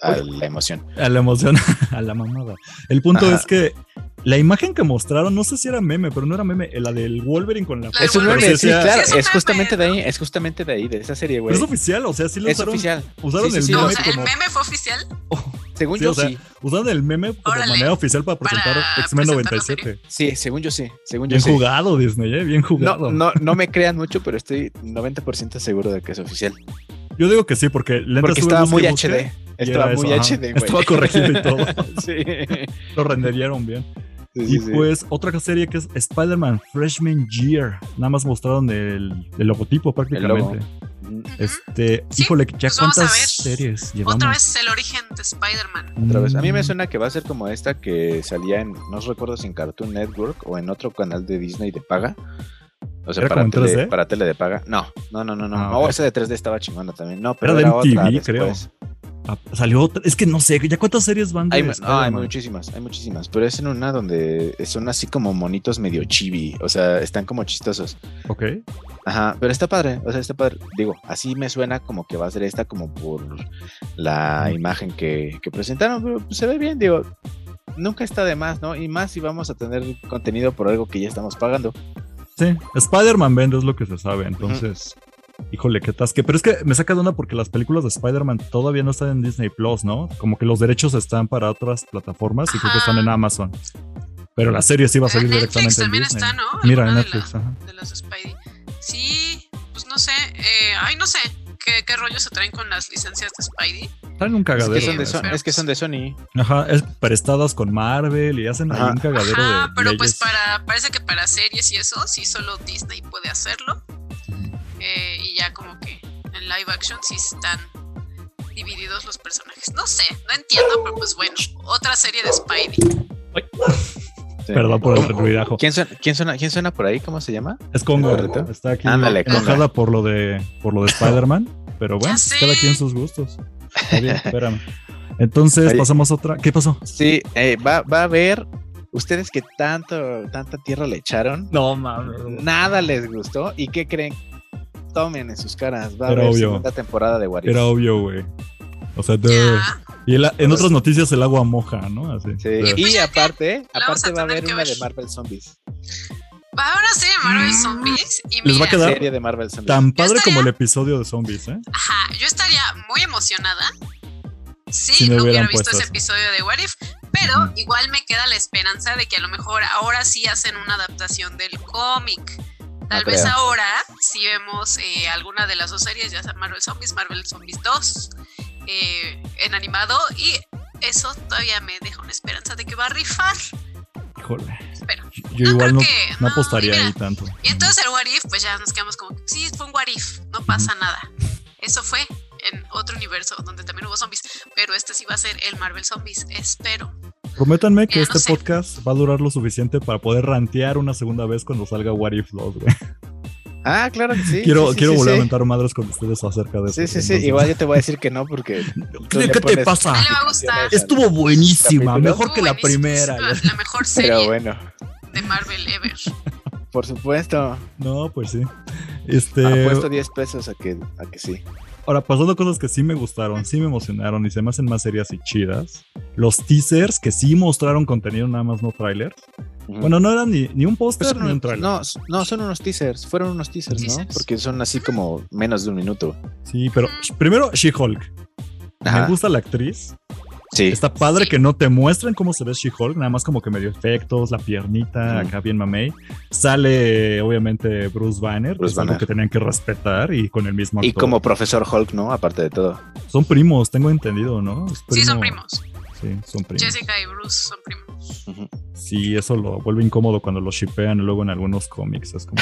a la emoción.
A la emoción, a la mamada. El punto
Ajá.
es que la imagen que mostraron, no sé si era meme, pero no era meme, la del Wolverine con la
La del
Es un
Wolverine.
Pero
meme,
sí,
sí,
sí,
claro.
sí, es un
Es justamente de
meme,
ahí, es justamente de ahí, de esa serie,
pero
güey.
es oficial, o sea, sí lo
Es
usaron.
oficial.
Usaron
Sí, sí,
el
sí,
No,
meme
o sea, el
como-
meme fue oficial.
Según
Sí,
yo
o sea,
sí.
Usaron el meme como
Órale.
manera oficial para presentar
Para
X-Men
presentar la
97.
Sí, según yo sí. Según yo
Bien
sí.
jugado, Disney, ¿eh? bien jugado.
No, no, no me crean mucho, pero estoy 90% seguro de que es oficial.
Yo digo que sí, porque le
Porque
entras tú
estaba
busca
muy
y busca,
HD.
y
Estaba
era
muy
eso, ajá.
HD, güey.
Estaba corregido y todo.
sí.
Lo renderieron bien.
Sí,
Y
sí, sí.
pues otra serie que es Spider-Man Freshman Year. Nada más mostraron el, el logotipo prácticamente.
El Ujú.
Ujú.
Este,
Sí,
híjole, ya
pues vamos a
cuántas
ver.
series llevamos.
Otra vez el origen de Spider-Man.
Otra vez. A mí me
Mm.
suena que va a ser como esta que salía en, no recuerdo si en Cartoon Network o en otro canal de Disney de paga. O sea,
¿Era
para
como en
tele,
3D?
para tele de paga. No, no, no, no, no.
Ah,
No,
ok.
esa de 3D estaba chingona también. No, pero
Era de
era otra
MTV, creo.
después.
Ah, salió otra. Es que no sé, ya cuántas series van de
Hay, mu- no, hay
Spider-Man?
muchísimas, hay muchísimas. Pero es en una donde son así como monitos medio chibi. O sea, están como chistosos.
Ok.
Ajá, pero está padre, o sea, está padre. Digo, así me suena como que va a ser esta como por la imagen que, que presentaron, pero pues se ve bien, digo, nunca está de más, ¿no? Y más si vamos a tener contenido por algo que ya estamos pagando.
Sí, Spider-Man vende es lo que se sabe, entonces. Híjole, qué tasque. Pero es que me saca de onda porque las películas de Spider-Man todavía no están en Disney Plus, ¿no? Como que los derechos están para otras plataformas y creo que
Ajá.
están en Amazon. Pero la serie sí va a salir
En Eh, Netflix
directamente en
también
Disney.
está, ¿no?
Mira, en
Alguna de
Netflix,
la-
ajá.
de los Spidey. Sí, pues no sé. eh, ay, no sé. ¿Qué, ¿Qué rollo se traen con las licencias de Spidey?
Están en un
Es
cagadero.
que, son de,
güey.
Son- es que son de Sony.
Ajá, es prestadas con Marvel y hacen ahí
Ajá.
un cagadero
Ajá,
de
pero pues
leyes.
para parece que para series y eso sí solo Disney puede hacerlo Eh, y ya como que en live action sí están divididos los personajes. No sé, no entiendo, pero pues bueno, otra serie de Spidey.
Sí. Oh,
Perdón por el ruidajo.
¿Quién suena, quién, suena, ¿Quién suena por ahí? ¿Cómo se llama?
Es Congo.
¿Correcto?
Está aquí
Ándale, Congo.
enojada por lo de, por lo de Spider-Man. Pero bueno,
Ya sé.
cada quien sus gustos. Está bien, espérame. Entonces,
Oye.
pasamos a otra. ¿Qué pasó?
Sí, eh, va, va a haber ustedes que tanto, tanta tierra le echaron,
No mames.
nada les gustó y qué creen. Tomen en sus caras, va a
Era
haber
obvio.
segunda temporada de What If.
Era obvio, güey. O sea, de-
Ya.
y el- en otras noticias el agua moja, ¿no? Así.
Pues Sí,
Pues
Y
ya que
aparte,
la vamos
aparte
a
va a
tener
haber
que
una
ver.
de Marvel Zombies,
Va a haber una serie de Marvel Zombies y
Les va a
mira,
quedar
serie de Marvel Zombies.
Tan padre
estaría-
como el episodio de zombies, ¿eh?
ajá, yo estaría muy emocionada si
Si me
no hubiera
hubieran
visto
puesto
ese
eso.
episodio de What If, pero
Ujú.
igual me queda la esperanza de que a lo mejor ahora sí hacen una adaptación del cómic.
Ah,
Tal
No
vez
creo.
ahora si vemos eh, alguna de las dos series, ya sea Marvel Zombies, Marvel Zombies 2, eh, en animado y eso todavía me deja una esperanza de que va a rifar.
Híjole.
Espera.
Yo
No
igual
creo
no,
que-
no
no,
apostaría
mira.
ahí tanto.
Y entonces el what if, pues ya nos quedamos como, sí, fue un what if, no pasa nada. Eso fue en otro universo donde también hubo zombies, pero este sí va a ser el Marvel Zombies, espero.
Prométanme que
Ya,
este
no sé.
podcast va a durar lo suficiente para poder rantear una segunda vez cuando salga What If 2, güey.
Ah, claro que sí.
quiero
sí, sí,
quiero
sí,
volver a
sí.
aventar madres con ustedes acerca de
Sí,
eso.
sí, sí.
entonces-
Igual yo te voy a decir que no porque. tú le
¿Qué te
pones
pasa?
No le va a gustar.
Es-
Estuvo buenísima,
Capítulo.
mejor que la
Estuvo buenísimo,
primera.
es La, la mejor
Pero
serie
Ah, bueno,
de Marvel ever.
por supuesto.
No, pues sí. Este,
Apuesto 10 pesos a que, a que sí.
ahora pasando a cosas que sí me gustaron, sí me emocionaron y se me hacen más serias y chidas. Los teasers que sí mostraron contenido, nada más no trailers.
Ujú.
Bueno, no eran ni, ni un póster
Pues son
ni un
unos-
trailer.
no, s- no, son unos teasers, fueron unos teasers, ¿no?
Teasers.
Porque son así como menos de un minuto.
Sí, pero primero She-Hulk. Me
Ajá.
gusta la actriz.
Sí.
Está padre
Sí.
que no te muestren cómo se ve She-Hulk, nada más como que medio efectos, la piernita,
Ujú.
acá bien mamey. Sale obviamente Bruce Banner, que
Bruce
es algo
Banner.
que tenían que respetar y con el mismo
Y
actor.
como profesor Hulk, ¿no? Aparte de todo.
Son primos, tengo entendido, ¿no? Es
Sí, son
primo-
primos.
Sí, son primos.
Jessica y Bruce son primos.
Sí, eso lo vuelve incómodo cuando lo shipean luego en algunos cómics. Es como,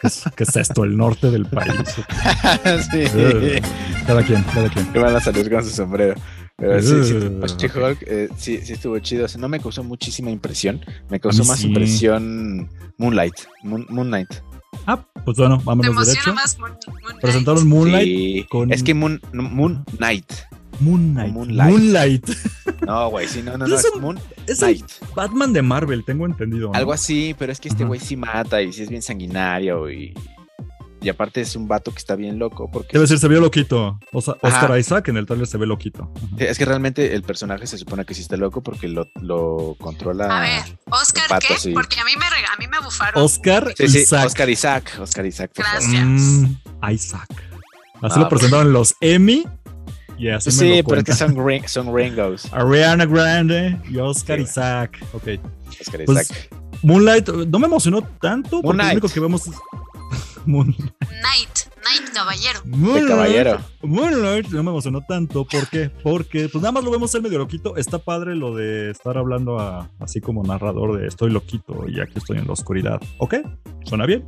¿qué, es, qué es esto? El norte del país.
sí.
Ugh. Cada quien, cada quien.
Que van a salir con su sombrero. Pero sí, sí,
Uh,
pues,
ok.
She-Hulk, eh, sí, sí estuvo chido. O sea, no me causó muchísima impresión. Me causó
mí
más
sí.
impresión Moonlight. Moon, Moon Knight.
Ah, pues bueno,
Te
vámonos
emociona
derecho.
más Moon, Moon Knight?
Presentaron Moonlight.
Sí.
con-
Es que Moon, Moon Knight.
Moon Knight.
Moonlight.
Moonlight.
No, güey, sí, no, no, no.
Es
Es
un-
Moon
Es el
Knight.
Batman de Marvel, tengo entendido. ¿no?
Algo así, pero es que este
Ajá.
güey sí mata y sí es bien sanguinario y. Y aparte es un vato que está bien loco porque
Debe decir, se vio loquito. O sea, Oscar
Ajá.
Isaac en el trailer se ve loquito. Ajá.
es que realmente el personaje se supone que sí está loco porque lo, lo controla.
A ver, Oscar,
Pato,
¿qué?
sí.
Porque a mí me, rega- a mí me bufaron.
Oscar
Sí, sí,
Isaac.
Oscar Isaac. Oscar Isaac,
Ah,
por favor.
Gracias.
Mm, Isaac. Así
Ah,
lo presentaron los Emmy. Y así me
Sí,
lo
pero es que
cuentan.
son, ring- son Ringos.
Ariana Grande y Oscar
Sí, güey.
Isaac. Ok.
Oscar
Pues,
Isaac.
Moonlight eh, no me emocionó tanto porque lo
Moonlight.
único que vemos es. Moon-
Knight, Knight Caballero.
Moonlight.
de caballero.
Moonlight no me emocionó tanto. ¿Por qué? Porque pues nada más lo vemos el medio loquito. Está padre lo de estar hablando a- así como narrador de estoy loquito y aquí estoy en la oscuridad. Ok, suena bien.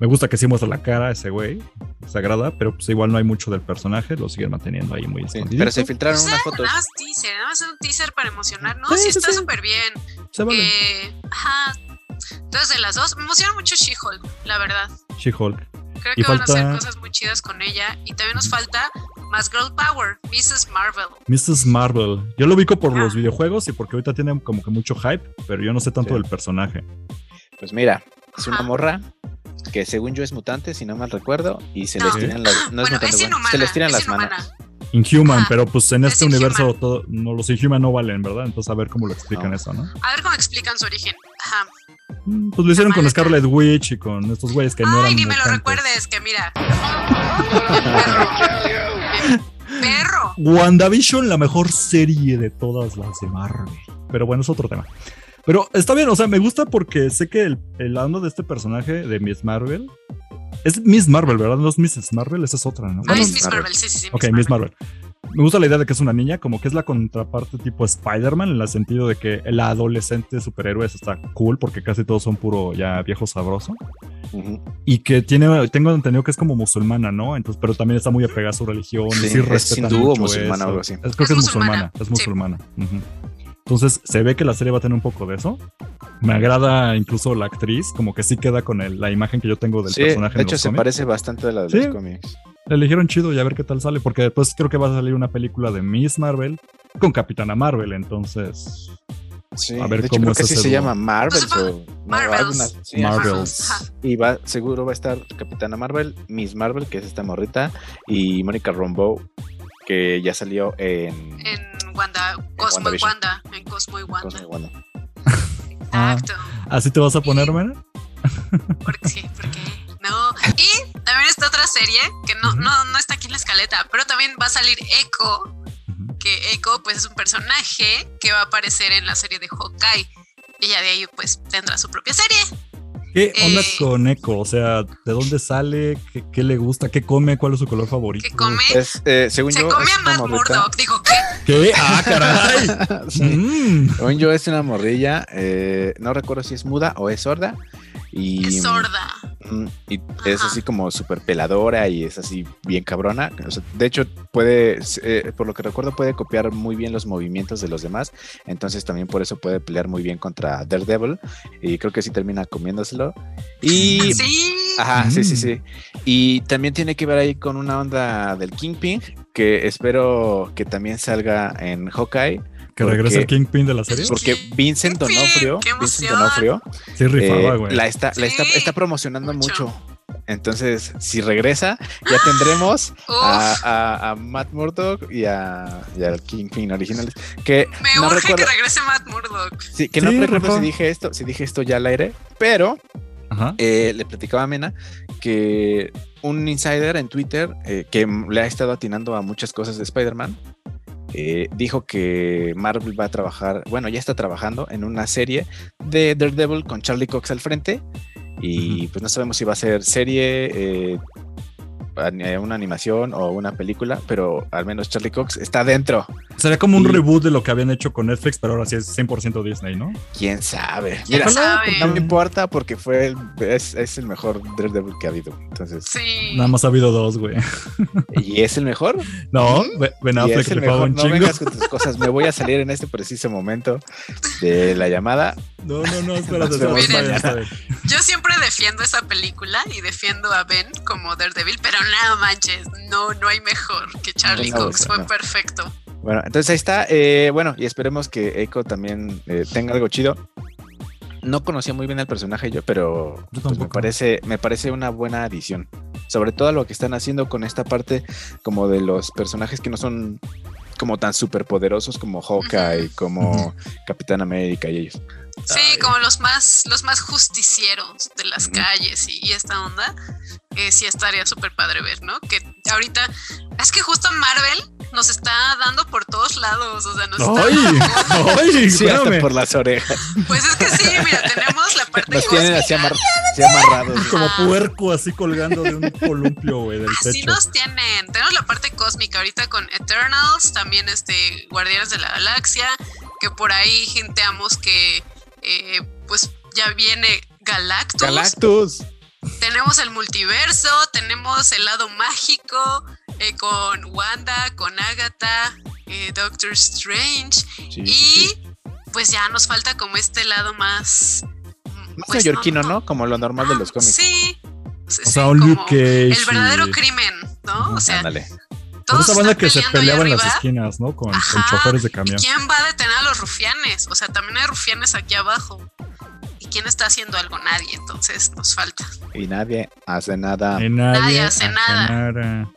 Me gusta que sí muestra la cara a ese güey. Se agrada, pero pues igual no hay mucho del personaje. Lo siguen manteniendo ahí muy
Sí,
escondido.
pero se filtraron
Pues
unas
era
fotos.
nada más teaser, nada más era un teaser para emocionarnos.
Sí,
y
sí,
está
sí.
súper bien.
Se Ah, vale.
Eh, ajá. Entonces, de las dos, me emociona mucho She-Hulk, la verdad.
She-Hulk.
Creo
Y
que van a
falta-
hacer cosas muy chidas con ella. Y también nos
Ujú.
falta más Girl Power, Mrs. Marvel.
Mrs. Marvel. Yo lo ubico por
Ah.
los videojuegos y porque ahorita tiene como que mucho hype, pero yo no sé tanto
Sí.
del personaje.
Pues mira, es una
Ajá.
morra que según yo es mutante, si no mal recuerdo, y se
No.
les tiran las no es
bueno,
mutante,
es
bueno,
inhumana.
se les tiran
es
las
inhumana.
manos.
Inhuman,
Ajá.
pero pues en
Es
este
Inhuman.
universo todo, no, los Inhuman no valen, ¿verdad? Entonces a ver cómo lo explican
No.
eso, ¿no?
A ver cómo explican su origen. Ajá.
Mm, Pues lo hicieron con
Amanda.
Scarlet Witch y con estos güeyes que no eran.
Ay, ni me lo
mutantes.
recuerdes, que mira. Perro. Perro.
WandaVision, la mejor serie de todas las de Marvel. Pero bueno, es otro tema. Pero está bien, o sea, me gusta porque sé que el, el ando de este personaje de Miss Marvel es Miss Marvel, ¿verdad? No es Mrs. Marvel, esa es otra, ¿no?
Ah,
Bueno,
es Miss
Marvel.
Marvel, sí, sí, sí.
Ok, Miss Marvel. Me gusta la idea de que es una niña, como que es la contraparte tipo Spider-Man, en el sentido de que la adolescente superhéroe eso está cool, porque casi todos son puro ya viejo sabroso.
Ujú.
Y que tiene, tengo entendido que es como musulmana, ¿no? Entonces, pero también está muy apegada a su religión.
Sí,
y sí
es
respetan
hindú o
mucho
musulmana,
eso.
algo así.
Es- creo
Es
que es
musulmana,
musulmana, es musulmana. Ujú. Entonces, se ve que la serie va a tener un poco de eso. me agrada incluso la actriz, como que sí queda con el- la imagen que yo tengo del
sí,
personaje.
de
en
hecho
los
se
cómics.
parece bastante a la de
Sí.
los cómics.
La eligieron chido y a ver qué tal sale, porque después creo que va a salir una película de Miss Marvel con Capitana Marvel, entonces.
Sí,
A ver
de hecho,
cómo
creo
es
que sí
ese
se
dúo.
llama Marvels
Pues,
o no,
Marvels.
alguna- sí, ajá.
Marvels.
Ajá.
Y va, seguro va a estar Capitana Marvel, Miss Marvel, que es esta morrita, y Mónica Rambeau, que ya salió en,
En Wanda, Cosmo y
WandaVision.
Wanda. En Cosmo y
Cosmo
Wanda.
y Wanda.
Ah.
Exacto.
¿Así te vas a poner, Mena?
Porque sí, porque no. Y también está otra serie que no,
Ujú.
no, no está aquí en la escaleta, pero también va a salir Echo,
Ujú.
que Echo pues es un personaje que va a aparecer en la serie de Hawkeye. Y ya de ahí pues tendrá su propia serie.
¿Qué onda
Eh.
con Echo? O sea, ¿de dónde sale? ¿Qué, qué le gusta? ¿Qué come? ¿Cuál es su color favorito?
Que come,
Es, eh, según
se
yo,
come
es
a
una
Matt
morrita.
Murdock. Digo, ¿qué?
¿Qué? ¡Ah, caray!
Sí.
Mm.
Según yo, es una morrilla. eh, no recuerdo si es muda o es sorda. Y,
Es sorda.
Mm, Y es
Ajá.
así como súper peladora y es así bien cabrona. O sea, de hecho, puede, eh, por lo que recuerdo, puede copiar muy bien los movimientos de los demás. Entonces también por eso puede pelear muy bien contra Daredevil. Y creo que sí termina comiéndoselo. Y... ah,
Sí.
Ajá, sí, sí,
Mm.
sí. Y también tiene que ver ahí con una onda del Kingpin, que espero que también salga en Hawkeye,
Que regresa el
Porque-
Kingpin de la serie.
porque Vincent
Kingpin,
Donofrio,
qué
Vincent
emoción.
Donofrio
Sí, rifaba,
eh,
güey.
la está, la está,
Sí,
está promocionando
mucho.
mucho. Entonces, si regresa, ya tendremos
Uf,
a, a- a Matt Murdock y, a, y al Kingpin originales. Que
me
no
urge
recuerdo,
que regrese Matt Murdock.
sí, que no
Sí,
recuerdo
ajá.
si dije esto, si dije esto ya al aire, pero
Ajá.
eh, le platicaba a Mena que un insider en Twitter eh, que m- le ha estado atinando a muchas cosas de Spider-Man eh, dijo que Marvel va a trabajar, bueno, ya está trabajando en una serie de Daredevil con Charlie Cox al frente y pues no sabemos si va a ser serie, eh, an- eh, una animación o una película, pero al menos Charlie Cox está dentro.
Sería como un
y-
reboot de lo que habían hecho con Netflix, pero ahora sí es 100% Disney, ¿no?
¿Quién sabe?
¿Quién
Mira,
sabe?
no me importa porque fue el- es, es el mejor Daredevil que ha habido. Entonces,
Sí.
Nada más ha habido dos, güey.
¿y es el mejor?
No, Be- Ben
Y
Affleck
es el
rifaba
mejor.
un
No
chingo.
vengas con tus cosas. Me voy a salir en este preciso momento de la llamada.
No, no, no, espérate,
Nos
espérate,
vemos
espérate,
mañana.
espérate.
Yo siempre defiendo esa película y defiendo a Ben como Daredevil, pero nada manches, no, no hay mejor que Charlie
No, no,
Cox,
no.
fue perfecto.
Bueno, entonces ahí está. eh, bueno, y esperemos que Echo también eh, tenga algo chido. No conocía muy bien al personaje yo, pero pues, me,
tampoco.
parece, me parece una buena adición. Sobre todo lo que están haciendo con esta parte como de los personajes que no son como tan superpoderosos como Hawkeye, como Capitán América y ellos.
Sí,
Ay.
como los más, los más justicieros de las
Ujú.
calles y, y esta onda, eh, sí estaría súper padre ver, ¿no? Que ahorita, es que justo Marvel nos está dando por todos lados, o sea, nos está-
¡Ay! ¡Ay!
Pues Sí, hasta
espérame.
por las orejas.
Pues es que sí, mira, tenemos la parte
Los tienen así,
cósmica,
amar- así amarrados. ¿no?
Como puerco así colgando de un columpio, güey, del
Así
techo.
nos tienen. Tenemos la parte cósmica ahorita con Eternals, también este Guardianes de la Galaxia, que por ahí genteamos que eh, pues ya viene Galactus.
Galactus.
tenemos el multiverso, tenemos el lado mágico eh, con Wanda, con Agatha, eh, Doctor Strange
Sí, sí,
y
sí.
pues ya nos falta como este lado más mm,
Más
pues,
neoyorquino, ¿no? Como lo normal de los
Ah,
cómics.
Sí. Sí,
O
sí,
sea, un
como-
Luke Cage.
el verdadero
y-
crimen, ¿no? O sea,
Ándale.
Pero
todos
esa banda
están
que se
peleando allá
peleaba en las
arriba,
esquinas, ¿no? Con, con
Ajá,
choferes de
¿Y
camión.
quién va a detener a los rufianes? O sea, también hay rufianes aquí abajo. ¿Y quién está haciendo algo? Nadie. Entonces nos falta.
Y nadie hace nada.
Y nadie,
Nadie hace nada.
nada.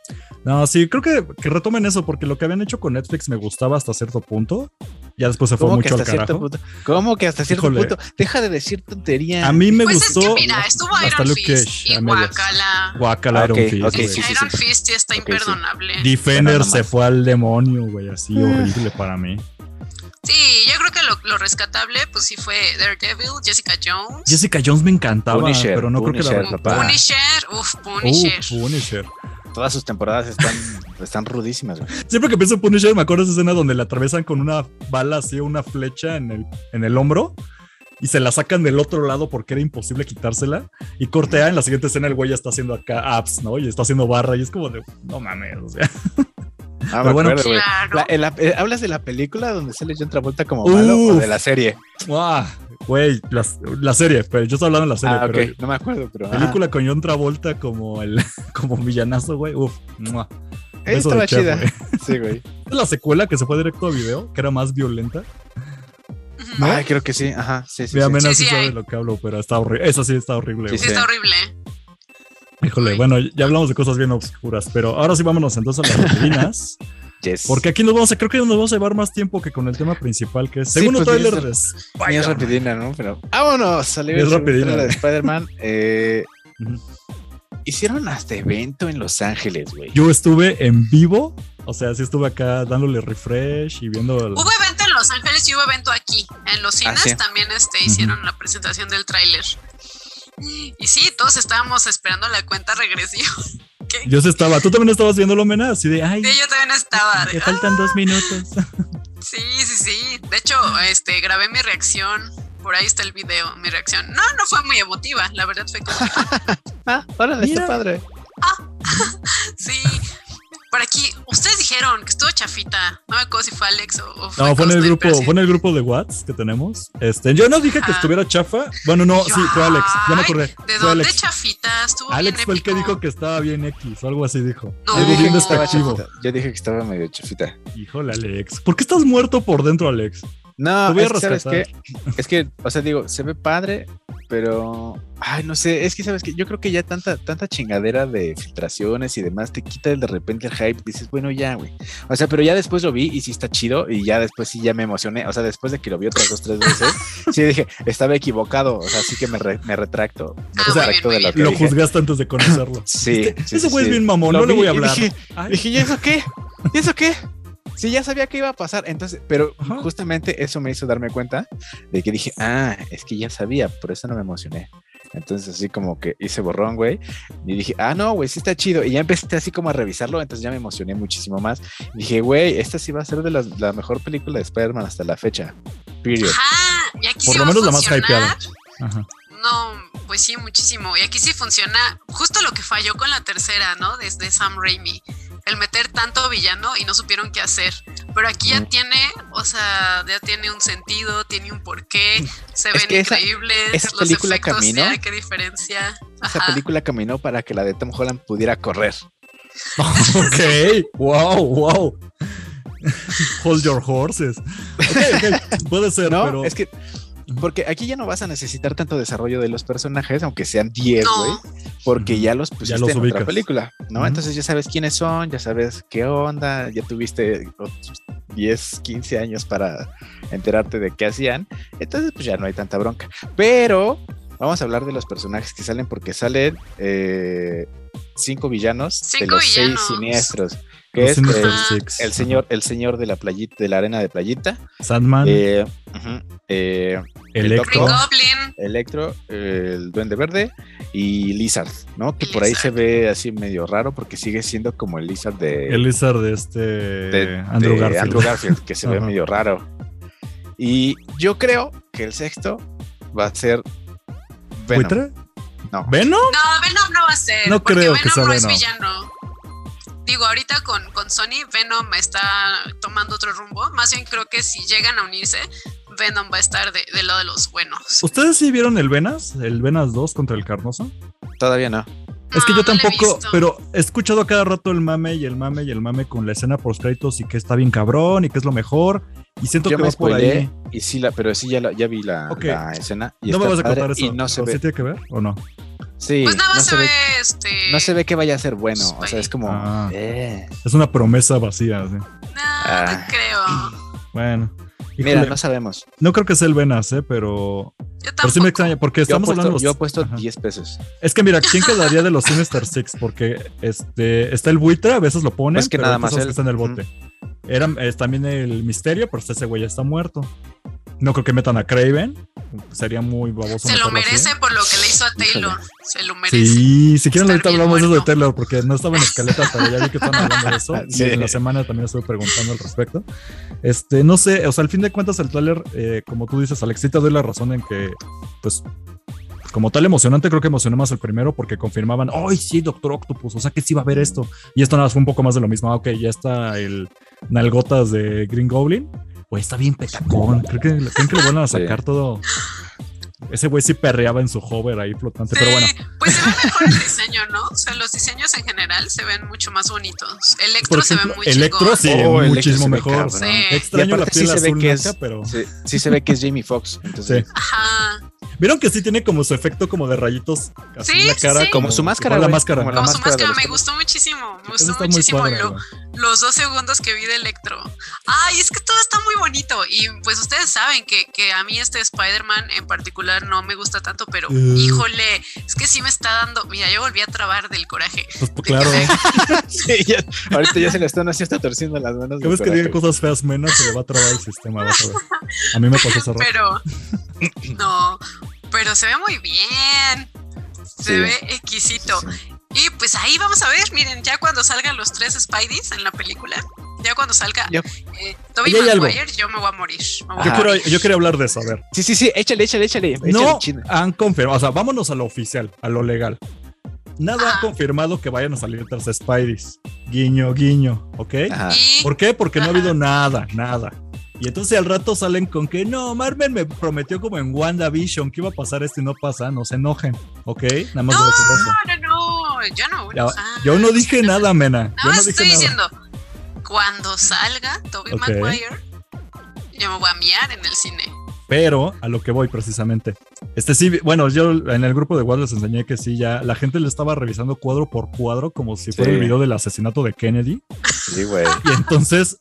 No, sí, creo que, que retomen eso, porque lo que habían hecho con Netflix me gustaba hasta cierto punto. Ya después se fue
¿Cómo que
mucho al
hasta cierto
carajo.
punto? ¿Cómo que hasta cierto
Híjole.
punto? Deja de decir tontería.
A mí me
pues
gustó.
es que mira, estuvo
hasta
Iron
Luke
Fist
Cage,
y
a medias.
Guacala.
Guacala
Ah,
Iron
ok,
Fist,
ok,
güey.
sí, sí,
Iron
sí.
Fist sí está
Ok, sí.
imperdonable.
Defender
Pero
se
nomás.
fue al demonio, güey, así
Mm.
horrible para mí.
Sí, yo creo que lo, lo rescatable, pues sí fue Daredevil, Jessica Jones.
Jessica Jones me encantaba,
Punisher,
pero no creo que
Pu-
la
Punisher, papá.
Punisher, uff,
Uh,
Punisher.
Punisher.
Todas sus temporadas están, están rudísimas. güey.
Siempre que pienso en Punisher me acuerdo de esa escena donde le atravesan con una bala así, una flecha en el, en el hombro y se la sacan del otro lado porque era imposible quitársela y cortea en la siguiente escena el güey ya está haciendo acá abs, ¿no? Y está haciendo barra y es como de, no mames, o sea.
Ah,
Pero
me
bueno.
acuerdo, güey.
Claro.
eh, La- en la- eh, ¿Hablas de la película donde sale John Travolta como malo o
Uf.
de la serie?
¡guau! Güey, las- la serie, pero yo estaba hablando de la serie.
Ah,
pero
ok, no me acuerdo, pero. ajá.
Película con John Travolta como el como villanazo, güey. Uf, mua.
Ella
beso
estaba
de chef,
chida.
güey.
Sí, güey.
Es la secuela que se fue directo a video, que era más violenta.
Ujú.
¿No?
Ay, creo que sí, ajá. Sí, sí.
Vea,
sí.
menos
Sí, sí,
sabe
hay.
lo que hablo, pero está horrible. Esa sí está horrible,
Sí,
güey.
Sí, está horrible.
Híjole, bueno, ya hablamos de cosas bien obscuras, pero ahora sí vámonos entonces a las divinas.
Yes.
Porque aquí nos vamos a, creo que nos vamos a llevar más tiempo que con el tema principal, que es
Sí,
según
pues,
el trailer
bien,
de
Ni es rapidina, ¿no? Pero vámonos a
Ni es rapidina.
de Spider-Man. Eh,
Ujú.
hicieron hasta evento en Los Ángeles, güey.
Yo estuve en vivo, o sea, sí estuve acá dándole refresh y viendo. el-
Hubo evento en Los Ángeles y hubo evento aquí. En los cines
sí.
también este, hicieron la presentación del tráiler. Y sí, todos estábamos esperando la cuenta regresiva. ¿Qué?
Yo sí estaba, tú también estabas viendo lo mena, así de, ay,
Sí, yo también estaba. de,
me faltan dos minutos.
"Ah, sí, sí, sí. De hecho, este, grabé mi reacción. Por ahí está el video, mi reacción. No, no fue muy emotiva. La verdad fue como,
Ah, órale,
Mira.
está padre.
sí. Por aquí, ustedes dijeron que estuvo chafita. No me acuerdo si fue Alex o, o
No, fue en el
Cosplay,
grupo,
pero sí.
fue en el grupo de Whats que tenemos. Este, yo no dije que
Ajá.
estuviera chafa. Bueno, no, sí, fue Alex, ya me
Ay,
acordé.
¿De
Fue
dónde
Alex.
chafita? Estuvo
Alex
bien
fue el que
épico.
dijo que estaba bien X o algo así dijo.
No.
Algo
dije
bien
que estaba
despectivo.
chafita. Yo dije que estaba medio chafita.
Híjole, Alex. ¿Por qué estás muerto por dentro, Alex? Te
No,
voy a
es que, ¿sabes qué?
rescatar.
Es que, o sea, digo, se ve padre, pero. Ay, no sé, es que, ¿sabes qué? Yo creo que ya tanta, tanta chingadera de filtraciones y demás te quita de repente el hype. Dices, bueno, ya, güey. O sea, pero ya después lo vi y sí está chido y ya después sí ya me emocioné. O sea, después de que lo vi otras dos, tres veces, sí dije, estaba equivocado. O sea, sí que me, re- me retracto. Me
Ah, muy
retracto
bien,
de lo
muy
que
Lo
dije.
juzgaste antes de conocerlo.
Sí,
Este-
sí,
ese
sí,
güey
sí.
es bien mamón,
Lo
no le
vi
voy a
y
hablar.
dije,
Ay,
Dije, ¿y eso qué? ¿Y eso qué? Si ya sabía que iba a pasar. Entonces, pero
Ajá.
justamente eso me hizo darme cuenta de que dije, ah, es que ya sabía, por eso no me emocioné. Entonces, así como que hice borrón, güey. Y dije, ah, no, güey, sí está chido. Y ya empecé así como a revisarlo, entonces ya me emocioné muchísimo más. Dije, güey, esta sí va a ser de las- la mejor película de Spider-Man hasta la fecha. Period.
Ajá, y aquí
Por
sí
lo
va a
menos la más
funcionar.
hypeada. Ajá.
No, pues sí, muchísimo. Y aquí sí funciona justo lo que falló con la tercera, ¿no? Desde Sam Raimi. El meter tanto villano y no supieron qué hacer. Pero aquí ya
Mm.
tiene, o sea, ya tiene un sentido, tiene un porqué, se ven
que esa-
increíbles.
esa
los
película
efectos,
caminó.
ya, qué diferencia.
Esa
Ajá.
película caminó para que la de Tom Holland pudiera correr.
ok, wow, wow. Hold your horses. Ok, ok, puede ser,
No,
pero.
es que. Porque aquí ya no vas a necesitar tanto desarrollo de los personajes, aunque sean 10,
No.
güey. Porque
Ujú.
ya los pusiste
los
en otra
ubicas.
película, ¿no?
Ujú.
Entonces ya sabes quiénes son, ya sabes qué onda, ya tuviste otros 10, 15 años para enterarte de qué hacían. Entonces, pues ya no hay tanta bronca. Pero vamos a hablar de los personajes que salen, porque salen eh, cinco villanos de
Cinco
los
villanos.
seis siniestros. Que
Los
es
Sinister
el,
Six.
el señor, el señor de la playita, de la arena de playita.
Sandman,
eh, ujú, eh,
Electro.
Green Goblin.
Electro, el Duende Verde y Lizard, ¿no? Que por ahí se
Lizard.
ve así medio raro porque sigue siendo como el Lizard de,
El Lizard de este.
de-
Andrew
de
Garfield.
Andrew Garfield, que se ve
Ajá.
medio raro. Y yo creo que el sexto va a ser Venom.
¿Buitre?
No.
¿Venom?
No, Venom no va a ser.
No
porque
creo que
Venom
sea
no es
Venom.
villano. Digo, ahorita con, con Sony, Venom está tomando otro rumbo. Más bien creo que si llegan a unirse, Venom va a estar de- del lado de los buenos.
¿Ustedes sí vieron el Venas? ¿El Venas 2 contra el Carnoso?
Todavía no.
Es que yo
No, no lo he
tampoco,
visto.
pero he escuchado a cada rato el mame y el mame y el mame con la escena post créditos y que está bien cabrón y que es lo mejor. Y siento
Yo
que
me
va por ahí.
spoileé, y sí la, pero sí ya, la- ya vi la,
Ok.
la escena. Y
No me
está
vas a
padre
contar eso.
Y no se
pero ¿Sí
ve.
tiene que ver o no?
Sí,
Pues nada más
no
se, ve, este.
No se ve que vaya a ser bueno. O sea, es como.
Ah.
eh,
Es una promesa vacía. sí.
No,
Ah.
no creo.
Bueno. Híjole,
mira,
no,
no sabemos.
creo que sea el Venas, ¿eh? pero,
Yo
pero
tampoco.
sí me extraña porque
Yo
estamos
apuesto-
hablando.
yo he puesto
Ajá.
10 pesos.
Es que mira, ¿quién quedaría de los Sinister Six? Porque este está el buitre, a veces lo ponen,
Pues que
pero
nada
otras
más
veces
él.
está en el bote. Era, es también el misterio, pero pues ese güey ya está muerto. No creo que metan a Craven. Sería muy baboso.
se
meterlo
lo
así.
merece por lo que le hizo a
Híjole.
Taylor. Se lo merece.
¿eh? Sí, si quieren
Estar
ahorita
bien
hablamos eso de
muerto.
Taylor, porque no estaba en escaleta, pero ya vi que están hablando de eso.
Sí.
Y en la semana también estuve preguntando al respecto. Este, no sé, o sea, al fin de cuentas el trailer, como tú dices, Alex, sí te doy la razón en que, pues, como tal emocionante, creo que emocionó más el primero porque confirmaban, ¡ay, sí, Doctor Octopus! O sea, que sí va a haber esto. Y esto nada más fue un poco más de lo mismo. Ah, ok, ya está el Nalgotas de Green Goblin. Pues está bien petacón. Creo que, creo que lo van a
Sí.
sacar todo Ese güey sí perreaba en su hover ahí flotante, pero bueno.
pues se ve mejor el diseño, ¿no? O sea, los diseños en general se ven mucho más bonitos. Electro
Por
se ve
ejemplo,
muy
Electro
chingón.
sí,
Oh, Electro
muchísimo
se ve
mejor.
cabrón.
Sí.
Extraño la
aparte
piel
sí se ve
azul
que
naca,
es-
pero.
Sí, sí se ve que es Jamie Foxx. Entonces,
Sí.
Ajá.
Vieron que sí tiene como su efecto como de rayitos así
Sí,
en la cara.
sí, sí.
Como su máscara,
igual la
güey,
máscara.
como la-
Como su
máscara de
máscara,
los
me
Cowboys.
gustó muchísimo. Me
Eso
gustó
está muy
muchísimo
padre, la
lo-
verdad.
los dos segundos que vi de Electro. Ay, es que todo está muy bonito. Y pues ustedes saben que, que a mí este Spider-Man en particular no me gusta tanto, pero
Eh.
híjole, es que sí me está dando. Mira, yo volví a trabar del coraje.
Pues, pues, claro.
sí, ya- ahorita ya se le están así hasta torciendo las manos.
Cada vez que diga cosas feas menos se le va a trabar el sistema, vas a ver. A mí me pasó esa rato.
Pero no, pero se ve muy bien. Se
Sí.
ve exquisito. Y pues ahí vamos a ver, miren, ya cuando salgan los tres Spideys en la película, ya cuando salga
Yo-
eh, Tobey
Ahí hay algo.
Maguire, yo me voy a morir. me voy a
Yo
Ajá.
quiero, yo quería hablar de eso, a ver.
Sí, sí, sí, échale, échale, échale. échale
No
China.
han confirmado, o sea, vámonos a lo oficial, a lo legal. Nada ha
Ajá.
confirmado que vayan a salir tras Spideys. Guiño, guiño, ¿ok?
Ajá.
Y
Ah. ¿Por qué? Porque no ha
Ajá.
habido nada, nada. Y entonces al rato salen con que no, Marvel me prometió como en WandaVision que iba a pasar esto y no pasa, no se enojen, ¿ok? Nada más voy a decir eso.
no, no, no, yo no. voy a
Ya-
enojar.
yo no dije nada, mena.
Nada
Yo no
más
dije
estoy
nada.
diciendo, cuando salga Tobey
Ok.
Maguire, yo me voy a miar en el cine.
Pero a lo que voy precisamente. Este sí, bueno, yo en el grupo de WhatsApp les enseñé que sí, ya la gente le estaba revisando cuadro por cuadro como si fuera
Sí.
el video del asesinato de Kennedy.
Sí, güey.
Y entonces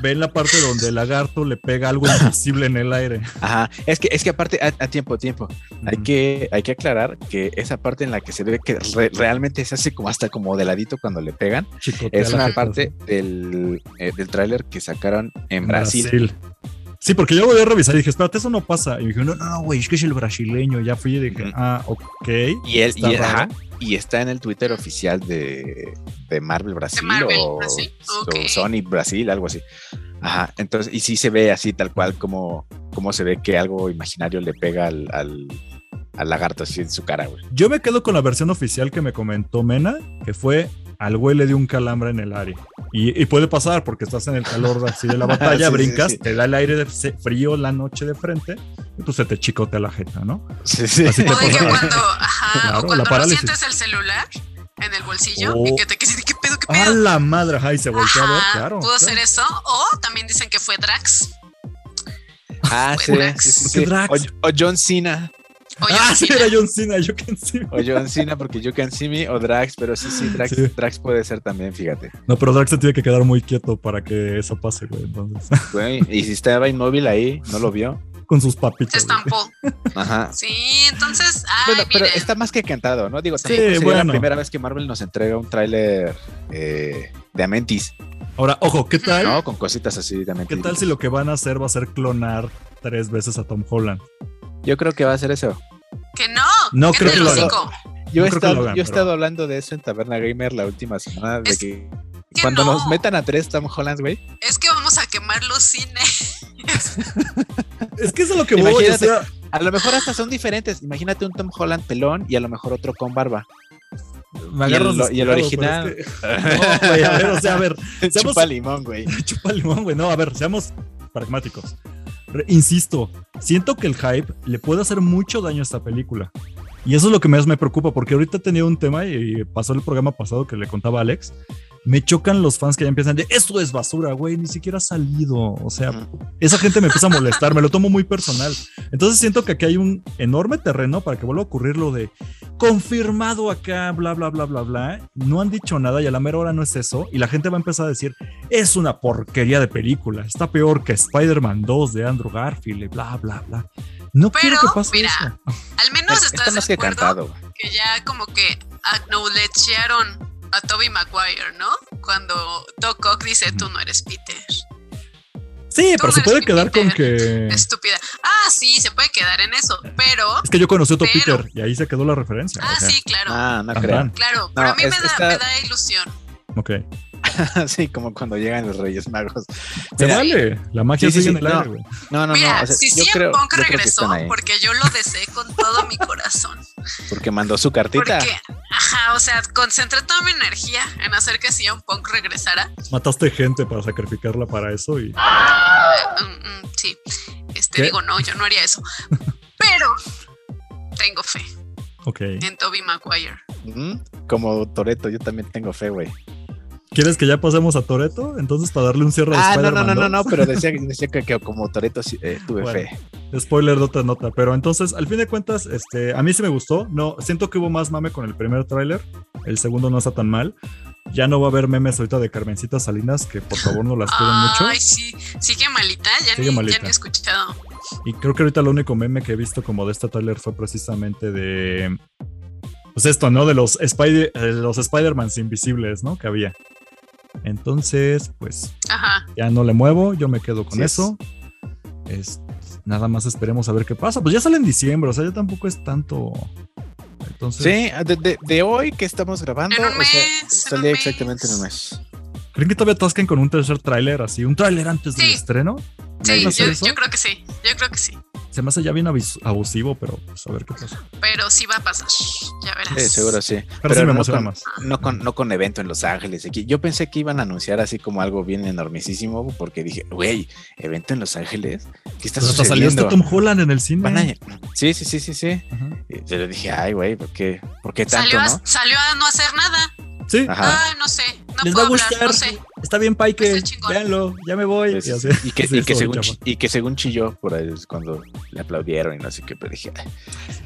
ven la parte donde el lagarto le pega algo invisible en el aire. Mm,
Ajá. Es que, es que aparte, a, a tiempo, tiempo. Hay, que, hay que aclarar que esa parte en la que se ve que re- realmente se hace como hasta como de ladito cuando le pegan,
Chicotea
es
la
una
gente.
parte del, eh, del tráiler que sacaron en Brasil.
Ah, Sí, porque yo volví a revisar y dije, espérate, eso no pasa. Y me dijeron, no, no, güey, es que es el brasileño. Ya fui y dije,
Ujú.
ah, ok.
Y, él,
Está
y,
raro.
ajá, y está en el Twitter oficial de, de Marvel Brasil
Marvel
o,
Brasil,
o
ok.
Sony Brasil, algo así. Ajá, entonces, y sí se ve así tal cual como, como se ve que algo imaginario le pega al, al, al lagarto así en su cara, güey.
Yo me quedo con la versión oficial que me comentó Mena, que fue al güey le dio un calambre en el aire. Y, y puede pasar porque estás en el calor de- así de la batalla,
Sí, sí,
brincas,
sí.
te da el aire de se- frío la noche de frente y pues se te chicotea la jeta, ¿no?
Sí, sí.
Así te
O de que
pasa-
cuando, ajá,
Claro,
o
la
cuando no
parálisis.
sientes el celular en el bolsillo
Oh.
y que te quedes, ¿qué pedo, qué
¡A
pedo?
la madre! Ajá, y se voltea a ver,
Ajá,
claro.
Pudo
claro.
ser eso. O también dicen que fue Drax.
Ah, sí,
Drax.
sí, sí,
¿Por qué
sí.
Drax?
O, o John Cena,
O
ah,
John
sí,
Cena.
era John Cena, yo que sí.
o John Cena porque You Can See Me, o Drax, pero sí, sí, Drax,
Sí.
Drax puede ser también, fíjate.
No, pero Drax se tiene que quedar muy quieto para que eso pase, güey. Entonces,
Güey, y si estaba inmóvil ahí, no lo vio.
con sus
Se
papitas. güey.
estampó.
Ajá,
Sí, entonces, ay,
Bueno, pero
Ah, miren.
está más que cantado, ¿no? Digo,
Sí,
tampoco sería
bueno.
la primera vez que Marvel nos entrega un tráiler eh, de Amentis,
Ahora, ojo, ¿qué tal?
¿no? Con cositas así de Amentis.
¿Qué tal si lo que van a hacer va a ser clonar tres veces a Tom Holland?
Yo creo que va a ser eso.
Que no.
No
que
creo
te
que lo haga.
hocico.
Yo,
creo que
he estado,
lo hagan,
yo he
pero-
estado hablando de eso en Taberna Gamer la última semana, de
Es
que,
que
cuando
no.
nos metan a tres Tom Holland, güey.
Es que vamos a quemar los cines.
Es que eso es lo que voy a
Imagínate.
hacer.
A lo mejor hasta son diferentes. Imagínate un Tom Holland pelón y a lo mejor otro con barba.
Me
Y el-
agarras
y el
descuidado,
original.
pero es que- No, güey, a ver, o sea, a ver, Seamos-
Chupa limón, güey.
chupa limón, güey. No, a ver, seamos pragmáticos. Re- insisto, siento que el hype le puede hacer mucho daño a esta película. Y eso es lo que más me preocupa, porque ahorita tenía un tema y pasó el programa pasado que le contaba a Alex. Me chocan los fans que ya empiezan de esto es basura, güey, ni siquiera ha salido. O sea,
Ujú.
esa gente me empieza a molestar, me lo tomo muy personal. Entonces siento que aquí hay un enorme terreno para que vuelva a ocurrir lo de confirmado acá, bla, bla, bla, bla, bla. No han dicho nada y a la mera hora no es eso. Y la gente va a empezar a decir, es una porquería de película, está peor que Spider-Man 2 de Andrew Garfield, y bla, bla, bla. No quiero que
Pero,
pase
mira,
eso.
Al menos
Está
estás
más
de
que
acuerdo
cantado, güey.
que ya como que acknowledgearon a Toby Maguire, ¿no? Cuando Doc Ock dice, tú no eres Peter.
Sí,
tú
pero se
eres
puede
mi
quedar con
Peter.
que...
Estúpida. Ah, sí, se puede quedar en eso, pero...
Es que yo conocí a otro
Pero-
Peter y ahí se quedó la referencia.
Ah,
Ah, o sea,
sí, claro.
Ah, no
tan,
creo.
Claro, pero a mí
es-
me, da,
está-
me da ilusión.
tan. Ok.
Así como cuando llegan los Reyes Magos.
Se
Mira,
vale, la magia
Sí, sí,
sigue en
sí,
el aire,
no.
güey.
No, no,
Mira,
no. o sea,
si
yo
Cien
creo,
Punk
yo creo que
regresó,
están ahí.
porque yo lo deseé con todo mi corazón.
Porque mandó su cartita.
Porque, ajá, o sea, concentré toda mi energía en hacer que Cien Punk regresara.
Mataste gente para sacrificarla para eso y...
Mm, mm, sí, este
¿Qué?
digo, no, yo no haría eso. Pero tengo fe
Ok.
en Toby Maguire.
Ujú. Como Toreto, yo también tengo fe, güey.
¿Quieres que ya pasemos a Toreto? Entonces, para darle un cierre de
Ah, no, no,
Spider-Man
no, no,
2.
no, pero decía, decía que, que como Toreto eh, tuve
Bueno.
fe.
Spoiler de otra nota, pero entonces, al fin de cuentas, este, a mí sí me gustó. No, siento que hubo más mame con el primer tráiler. El segundo no está tan mal. Ya no va a haber memes ahorita de Carmencita Salinas, que por favor no las cuiden mucho.
Ay, sí, sigue malita, ya,
Sigue
ni,
malita.
ya ni he escuchado.
Y creo que ahorita lo único meme que he visto como de este tráiler fue precisamente de. Pues esto, ¿no? De los, Spider, eh, los Spider-Mans invisibles, ¿no? Que había. Entonces, pues
Ajá.
ya no le muevo, yo me quedo con
Así es.
eso. Es- nada más esperemos a ver qué pasa. Pues ya sale en diciembre, o sea, ya tampoco es tanto. Entonces,
Sí, de, de- de hoy que estamos grabando,
En un
o sea,
mes, en un
salía exactamente en
mes.
un mes.
¿creen que todavía atasquen con un tercer tráiler así? ¿Un tráiler antes del
Sí.
estreno?
Sí,
¿Van a hacer
yo,
eso?
yo creo que sí, yo creo que sí.
Se me hace ya bien abus- abusivo, pero pues, a ver qué pasa.
Pero sí va a pasar, ya verás.
Sí, Eh, seguro sí.
Pero, sí me
no
emociona
con-
más.
No con, no con evento en Los Ángeles. Aquí yo pensé que iban a anunciar así como algo bien enormísimo, porque dije, güey, evento en Los Ángeles, ¿qué está
Pues hasta salió este
sucediendo?
Tom Holland en el cine.
Van a- Sí, sí, sí, sí, sí.
Ajá.
Y Yo le dije, ay, güey, ¿por qué, ¿por qué tanto,
salió, a,
no?
salió a no hacer nada.
Sí.
Ajá.
Ah, no sé, no
Les va
puedo
a
hablar,
gustar.
no sé.
Está bien, Paike.
Está chingón.
Véanlo, ya me voy.
Pues,
Y así.
y, que,
Sí,
y que
estuvo
según,
chafa.
chi- y que según chilló por ahí cuando le aplaudieron y no sé qué, pero dije, "Ay".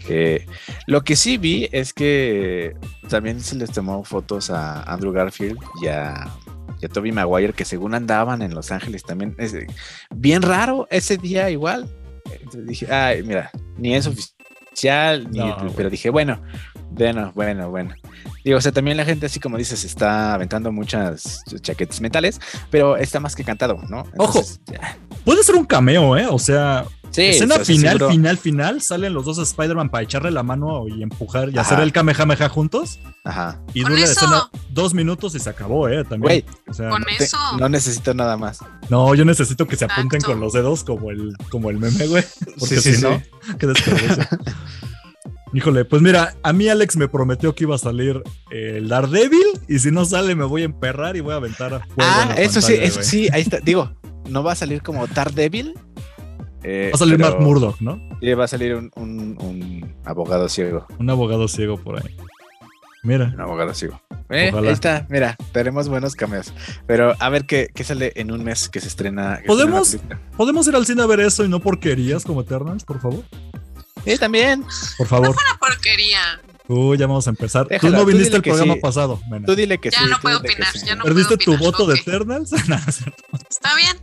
Eh, lo que sí vi es que también se les tomó fotos a Andrew Garfield y a, y a Toby Maguire, que según andaban en Los Ángeles también. Es, eh, bien raro ese día igual. Entonces dije, ay, mira, ni es oficial, ni-
No, güey.
pero dije, bueno, bueno, bueno, bueno. Digo, o sea, también la gente, así como dices, está aventando muchas chaquetas mentales, pero está más que cantado, ¿no?
Ojo.
ya.
Puede ser un cameo, ¿eh? O sea,
Sí,
Escena
o sea,
final,
seguro-
final, final. Salen los dos Spider-Man para echarle la mano y empujar y
Ajá.
hacer el Kamehameha juntos.
Ajá.
Y
Con
dura la
eso.
escena dos minutos y se acabó, ¿eh? También.
Güey.
O sea,
Con
Te-
eso.
no necesito nada más.
no, yo necesito que se apunten
Exacto.
con los dedos como el, como el meme, güey. Porque
Sí, sí,
si no, qué desperdicio. Híjole, pues mira, a mí Alex me prometió que iba a salir el Daredevil y si no sale me voy a emperrar y voy a aventar a fuego en
Ah,
la
eso sí,
pantalla,
eso
güey.
sí, ahí está. Digo, no va a salir como Daredevil. eh,
Va a salir
pero-
Matt Murdock, ¿no?
eh, va a salir un, un- un abogado ciego.
Un abogado ciego por ahí. Mira,
Un abogado ciego. Eh,
Ojalá.
ahí está, mira, tenemos buenos cameos. Pero a ver qué, qué sale en un mes que se estrena. que
¿Podemos?
estrena la
¿podemos ir al cine a ver eso y no porquerías como Eternals, por favor?
película? Eh, también.
Por favor.
Una porquería.
Uy, ya vamos a empezar.
Déjalo,
tú no
tú
viniste
dile
al
que
programa
sí.
pasado. Mena.
Tú dile que
Ya
sí.
no
tú
puedo
dile que
opinar,
sí.
ya no-
¿Perdiste
puedo
tu
opinar,
voto
ok.
de Eternals? No, no es cierto.
Está bien.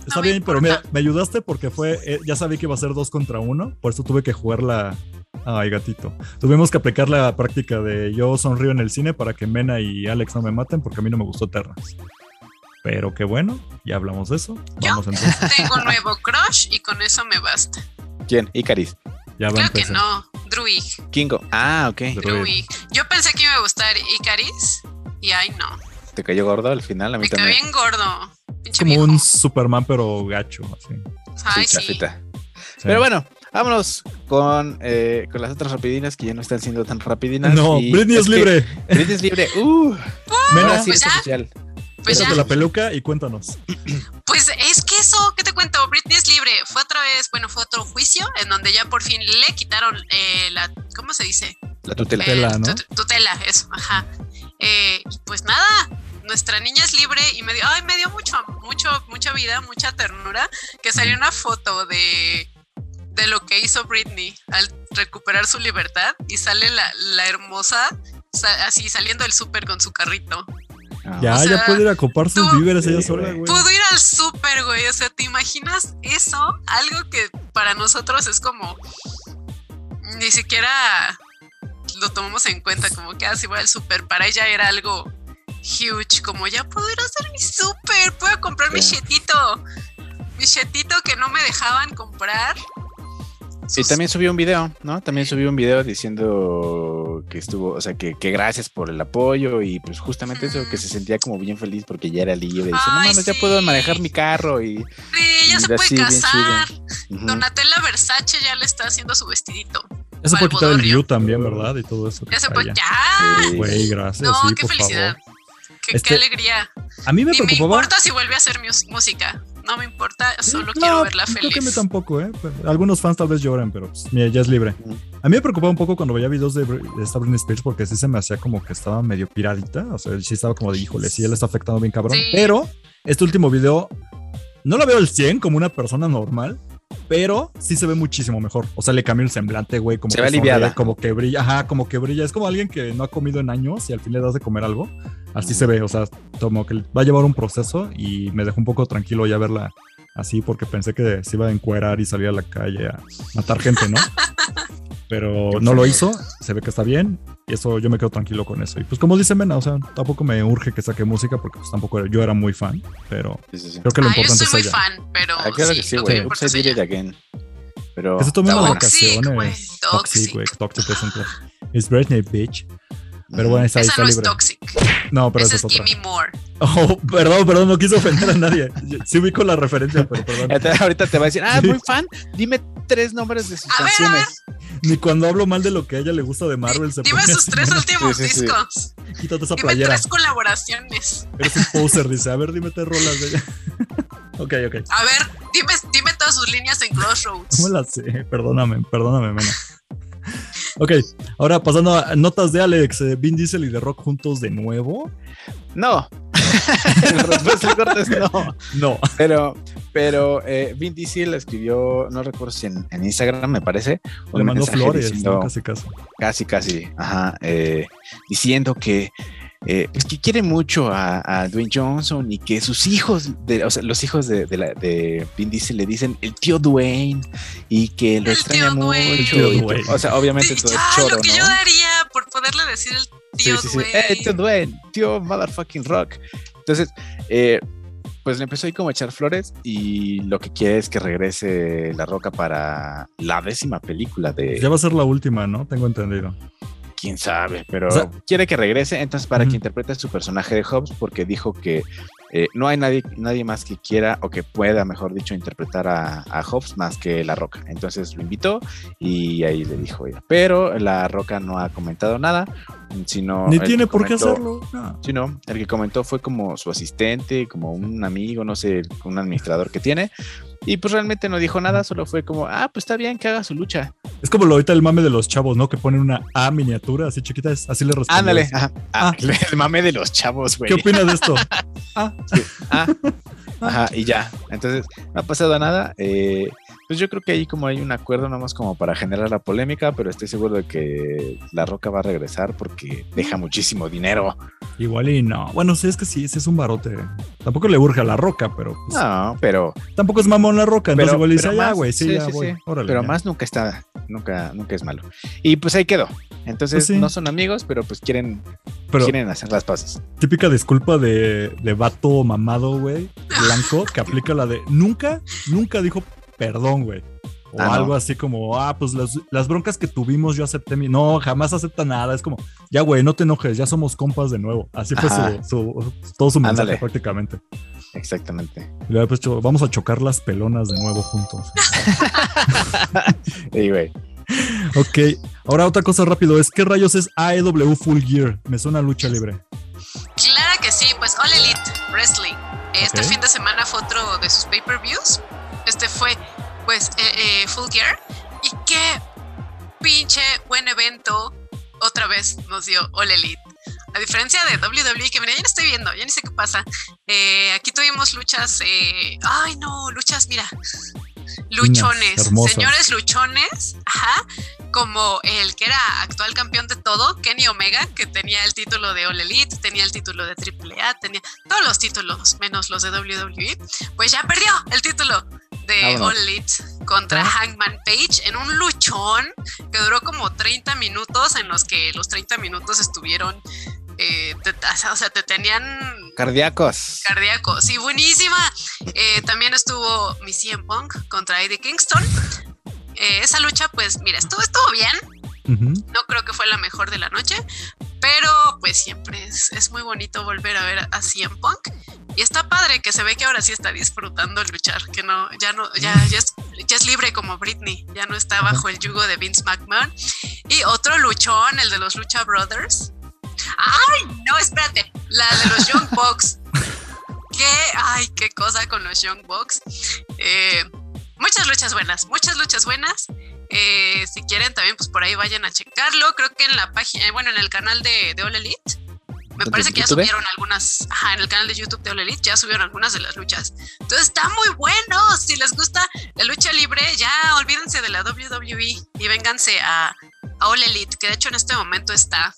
Está
No me
bien, pero
importa.
mira, me ayudaste porque fue. eh, ya sabía que iba a ser dos contra uno. Por eso tuve que jugar la. Ay, gatito. Tuvimos que aplicar la práctica de yo sonrío en el cine para que Mena y Alex no me maten porque a mí no me gustó Eternals. Pero qué bueno, ya hablamos de eso.
¿Yo?
Vamos entonces.
Tengo un nuevo crush y con eso me basta.
¿Quién? Icaris.
Ya va a
Claro que
empezar.
no. Druig.
Kingo. Ah, ok.
Druid.
Druig. Yo pensé que iba a gustar Icaris y ay no.
Te cayó gordo al final, a mí
Me cae
también.
bien gordo.
Es
Pinche
como
viejo.
un Superman, pero gacho. así.
Ay,
Sí,
sí.
chafita.
Sí.
Pero bueno, vámonos con, eh, con las otras rapidinas que ya no están siendo tan rapidinas.
No,
y
Britney es
que-
libre.
Britney es libre. Uh,
Mena,
ahora sí
pues
es
ya.
oficial.
Pues ya.
quítate la peluca y cuéntanos.
Pues es que eso, ¿qué te cuento? Britney es libre. Fue otra vez, bueno, fue otro juicio en donde ya por fin le quitaron eh, la, ¿cómo se dice?
La tutela.
Tutela,
Eh,
¿no?
tut- tutela, eso, ajá. Eh, y pues nada, nuestra niña es libre y me dio, ay, me dio mucho, mucho, mucha vida, mucha ternura, que salió una foto de, de lo que hizo Britney al recuperar su libertad y sale la, la hermosa sa- así saliendo del súper con su carrito.
Ah,
Ya,
O sea,
ya puede ir a copar sus
tú-
víveres ella
Sí,
sola,
güey.
güey.
Pudo ir al súper, güey. O sea, ¿te imaginas eso? Algo que para nosotros es como. Ni siquiera lo tomamos en cuenta, como que así voy al súper. Para ella era algo huge, como ya puedo ir a hacer mi súper, puedo comprar mi
Sí.
chetito. Mi chetito que no me dejaban comprar.
Y
Sus-
también subió un video, ¿no? También subió un video diciendo que estuvo, o sea, que, que gracias por el apoyo y pues justamente eso, que se sentía como bien feliz porque ya era libre. Dice, no
Ay,
mames, ya
sí.
puedo manejar mi carro y...
Sí, ya se
Mira,
puede
sí, bien chido.
casar.
Ujú.
Donatella Versace ya le está haciendo su vestidito.
Eso puede quitar el
Valvodorrio.
view también, ¿verdad? Y todo eso. pues, que
Ya se puede.
traía.
¡Ya!
Sí.
Güey, gracias.
No,
Ah, sí,
qué
por
felicidad.
favor.
Qué,
Este-
qué alegría.
A mí me
Ni me
preocupaba.
importa si vuelve a hacer mus- música. No me importa, solo
No,
quiero verla
Creo que a mí
feliz.
tampoco, ¿eh? Pero Algunos fans tal vez lloran, pero pues, mira, ya es libre. A mí me preocupaba un poco cuando veía videos de, Br- de esta Britney Spears porque sí se me hacía como que estaba medio piradita. O sea, sí estaba como de, híjole, sí, él está afectando bien cabrón.
Sí.
Pero este último video no la veo al 100 como una persona normal, pero sí se ve muchísimo mejor. O sea, le cambió el semblante, güey. Como
Se
que
ve aliviada.
sonríe, Como que brilla, ajá, como que brilla. Es como alguien que no ha comido en años y al fin le das de comer algo. Así se ve, o sea, como que va a llevar un proceso y me dejó un poco tranquilo ya verla así porque pensé que se iba a encuerar y salir a la calle a matar gente, ¿no? Pero no lo hizo, se ve que está bien y eso yo me quedo tranquilo con eso. Y pues como dice Mena, o sea, tampoco me urge que saque música porque pues tampoco era- yo era muy fan, pero
Sí, sí, sí.
creo que lo
Ah, yo
importante
soy
es
muy
ella.
fan, pero.
Ah, claro que sí,
lo que
güey.
me
Oops,
importa
I
es
did it
ella.
again. Pero.
Que se tomen las
Toxic,
vacaciones.
güey,
Toxic, güey. Toxic es un clásico. It's Britney, bitch. Pero bueno, está, ahí,
Esa
está
no es
libre.
toxic.
no, pero
Esa
esa
es
es otra.
Gimme More.
Oh, perdón, perdón, no quise ofender a nadie. Yo- Sí ubico la referencia, pero perdón.
Entonces, ahorita te va a decir, ah,
Sí.
muy fan, dime tres nombres de sus
A ver, a
canciones.
Ni cuando hablo mal de lo que a ella le gusta de Marvel se
Dime
pone
sus
así,
tres últimos
Sí, sí, sí.
discos.
Quítate esa
Dime
playera.
tres colaboraciones.
Eres un poser, dice. A ver, dime tres rolas de ella. ok, ok.
A ver, dime, dime todas sus líneas en Crossroads.
¿Cómo la sé? Perdóname, perdóname, Mena. Ok, ahora pasando a notas de Alex, eh, Vin Diesel y The Rock juntos de nuevo.
No. La respuesta corta es no.
No,
Pero, pero eh, Vin Diesel escribió, no recuerdo si en, en Instagram me parece, un
le mandó
mensaje
flores,
diciendo-
¿no? casi casi.
casi, casi, ajá, eh, diciendo que, eh, pues que quiere mucho a, a Dwayne Johnson y que sus hijos, de, o sea, los hijos de, de, la, de Vin Diesel le dicen el tío Dwayne y que lo
El
extraña
tío
mucho.
Dwayne.
El tío
y que-
Dwayne.
o sea, obviamente todo es
Ya,
choro,
lo que
¿no?
yo daría por poderle decir el tío
sí, sí, sí.
Dwayne.
Eh, tío Dwayne, tío motherfucking rock. Entonces, eh, pues le empezó ahí como a echar flores y lo que quiere es que regrese La Roca para la décima película de...
Ya va a ser la última, ¿no? Tengo entendido.
quién sabe, pero
O sea-
quiere que regrese entonces para
Ujú.
que interprete su personaje de Hobbes porque dijo que eh, no hay nadie, nadie más que quiera o que pueda, mejor dicho, interpretar a, a Hobbes más que La Roca. Entonces lo invitó y ahí le dijo ella. Pero La Roca no ha comentado nada, sino...
Ni
el que
tiene por qué
comentó-
hacerlo. No.
Sí, no, el que comentó fue como su asistente, como un amigo, no sé, un administrador que tiene. Y pues realmente no dijo nada, solo fue como, ah, pues está bien que haga su lucha.
Es como lo ahorita el mame de los chavos, ¿no? Que ponen una A miniatura así chiquita, es- así le responden.
Ándale. ajá. Ah,
Ah.
el mame de los chavos, güey.
¿Qué opinas de esto?
Ah, ajá, y ya. Entonces, no ha pasado nada. eh, pues yo creo que ahí como hay un acuerdo nomás como para generar la polémica, pero estoy seguro de que La Roca va a regresar porque deja muchísimo dinero.
Igual y no. Bueno, sí, es que sí, sí es un barote. Tampoco le urge a la roca, pero pues,
No, pero,
tampoco es mamón la roca. Entonces
pero,
igual dice,
pero
ya,
más,
güey, sí,
sí,
ya
sí,
voy.
sí,
Órale,
pero
ya".
más nunca está, nunca, nunca es malo. Y pues ahí quedó. Entonces
Pues sí.
no son amigos, pero pues quieren,
Pero
quieren hacer las paces.
típica disculpa de, de vato mamado, güey, blanco, que aplica la de nunca, nunca dijo perdón, güey. O
Ah, no.
algo así como, ah, pues las, las broncas que tuvimos, yo acepté mi. No, jamás acepta nada. Es como, ya, güey, no te enojes, ya somos compas de nuevo. Así fue
Ajá.
su, su- todo su mensaje
Ándale.
prácticamente.
Exactamente.
Y le había puesto, vamos a chocar las pelonas de nuevo juntos.
Y güey,
ok, ahora otra cosa rápido es, ¿qué rayos es AEW Full Gear? Me suena a lucha libre.
Claro que sí, pues All Elite Wrestling. Este
Ok.
fin de semana fue otro de sus pay-per-views. Este fue, pues, eh, eh, Full Gear. Y qué pinche buen evento otra vez nos dio All Elite. A diferencia de WWE, que mira, ya no estoy viendo, ya ni sé qué pasa. Eh, aquí tuvimos luchas, eh, ay no, luchas, mira, luchones,
hermosas.
señores luchones, ajá, como el que era actual campeón de todo, Kenny Omega, que tenía el título de All Elite, tenía el título de AAA, tenía todos los títulos, menos los de WWE, pues ya perdió el título de
Vámonos.
All Elite contra Hangman Page en un luchón que duró como 30 minutos, en los que los 30 minutos estuvieron, eh, te- o sea, te tenían
cardíacos.
cardíaco. Sí, buenísima. Eh, también estuvo mi CM Punk contra Eddie Kingston. Eh, esa lucha, pues mira, estuvo, estuvo bien.
Ujú.
No creo que fue la mejor de la noche, pero pues siempre es, es muy bonito volver a ver a, a CM Punk. Y está padre que se ve que ahora sí está disfrutando luchar, que no, ya no, ya, ya es, ya es libre como Britney, ya no está bajo el yugo de Vince McMahon. Y otro luchón, el de los Lucha Brothers. ¡Ay! No, espérate, la de los Young Bucks. ¿Qué? ¡Ay, qué cosa con los Young Bucks! Eh, muchas luchas buenas, muchas luchas buenas. eh, si quieren también pues por ahí vayan a checarlo. Creo que en la página, bueno, en el canal de, de All Elite. Me
¿De
parece que ya
YouTube?
subieron algunas, ajá, en el canal de YouTube de All Elite ya subieron algunas de las luchas. Entonces está muy bueno. Si les gusta la lucha libre, ya olvídense de la WWE y vénganse a, a All Elite, que de hecho en este momento está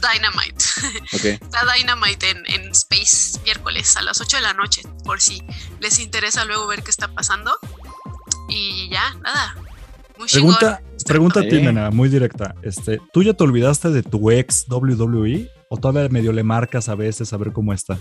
Dynamite.
Ok.
Está Dynamite en, en Space miércoles a las 8 de la noche, por si les interesa luego ver qué está pasando. Y ya, nada. Muy chingón.
Pregunta, pregunta a ti,
Sí.
nena, muy directa. Este, ¿Tú ya te olvidaste de tu ex WWE? ¿O todavía medio le marcas a veces a ver cómo está?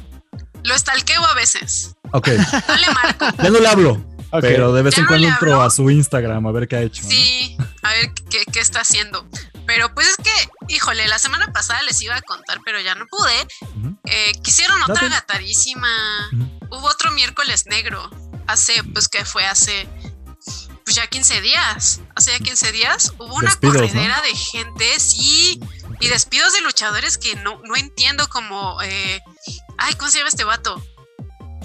Lo estalqueo a veces.
Ok,
No le marco.
ya no le hablo,
Ok.
pero de vez
Ya
en
no
cuando
le
entro
hablo.
a su Instagram a ver qué ha hecho. ¿no?
Sí, a ver qué, qué está haciendo. Pero pues es que, híjole, la semana pasada les iba a contar, pero ya no pude.
Ujú.
Eh, quisieron otra
Date.
gatadísima.
Ujú.
Hubo otro miércoles negro. Hace, pues que fue hace pues ya 15 días. Hace ya 15 días hubo una
Despidos, ¿no?
corredera de gente, sí. Y despidos de luchadores que no, no entiendo como. eh, ay, ¿cómo se llama este vato?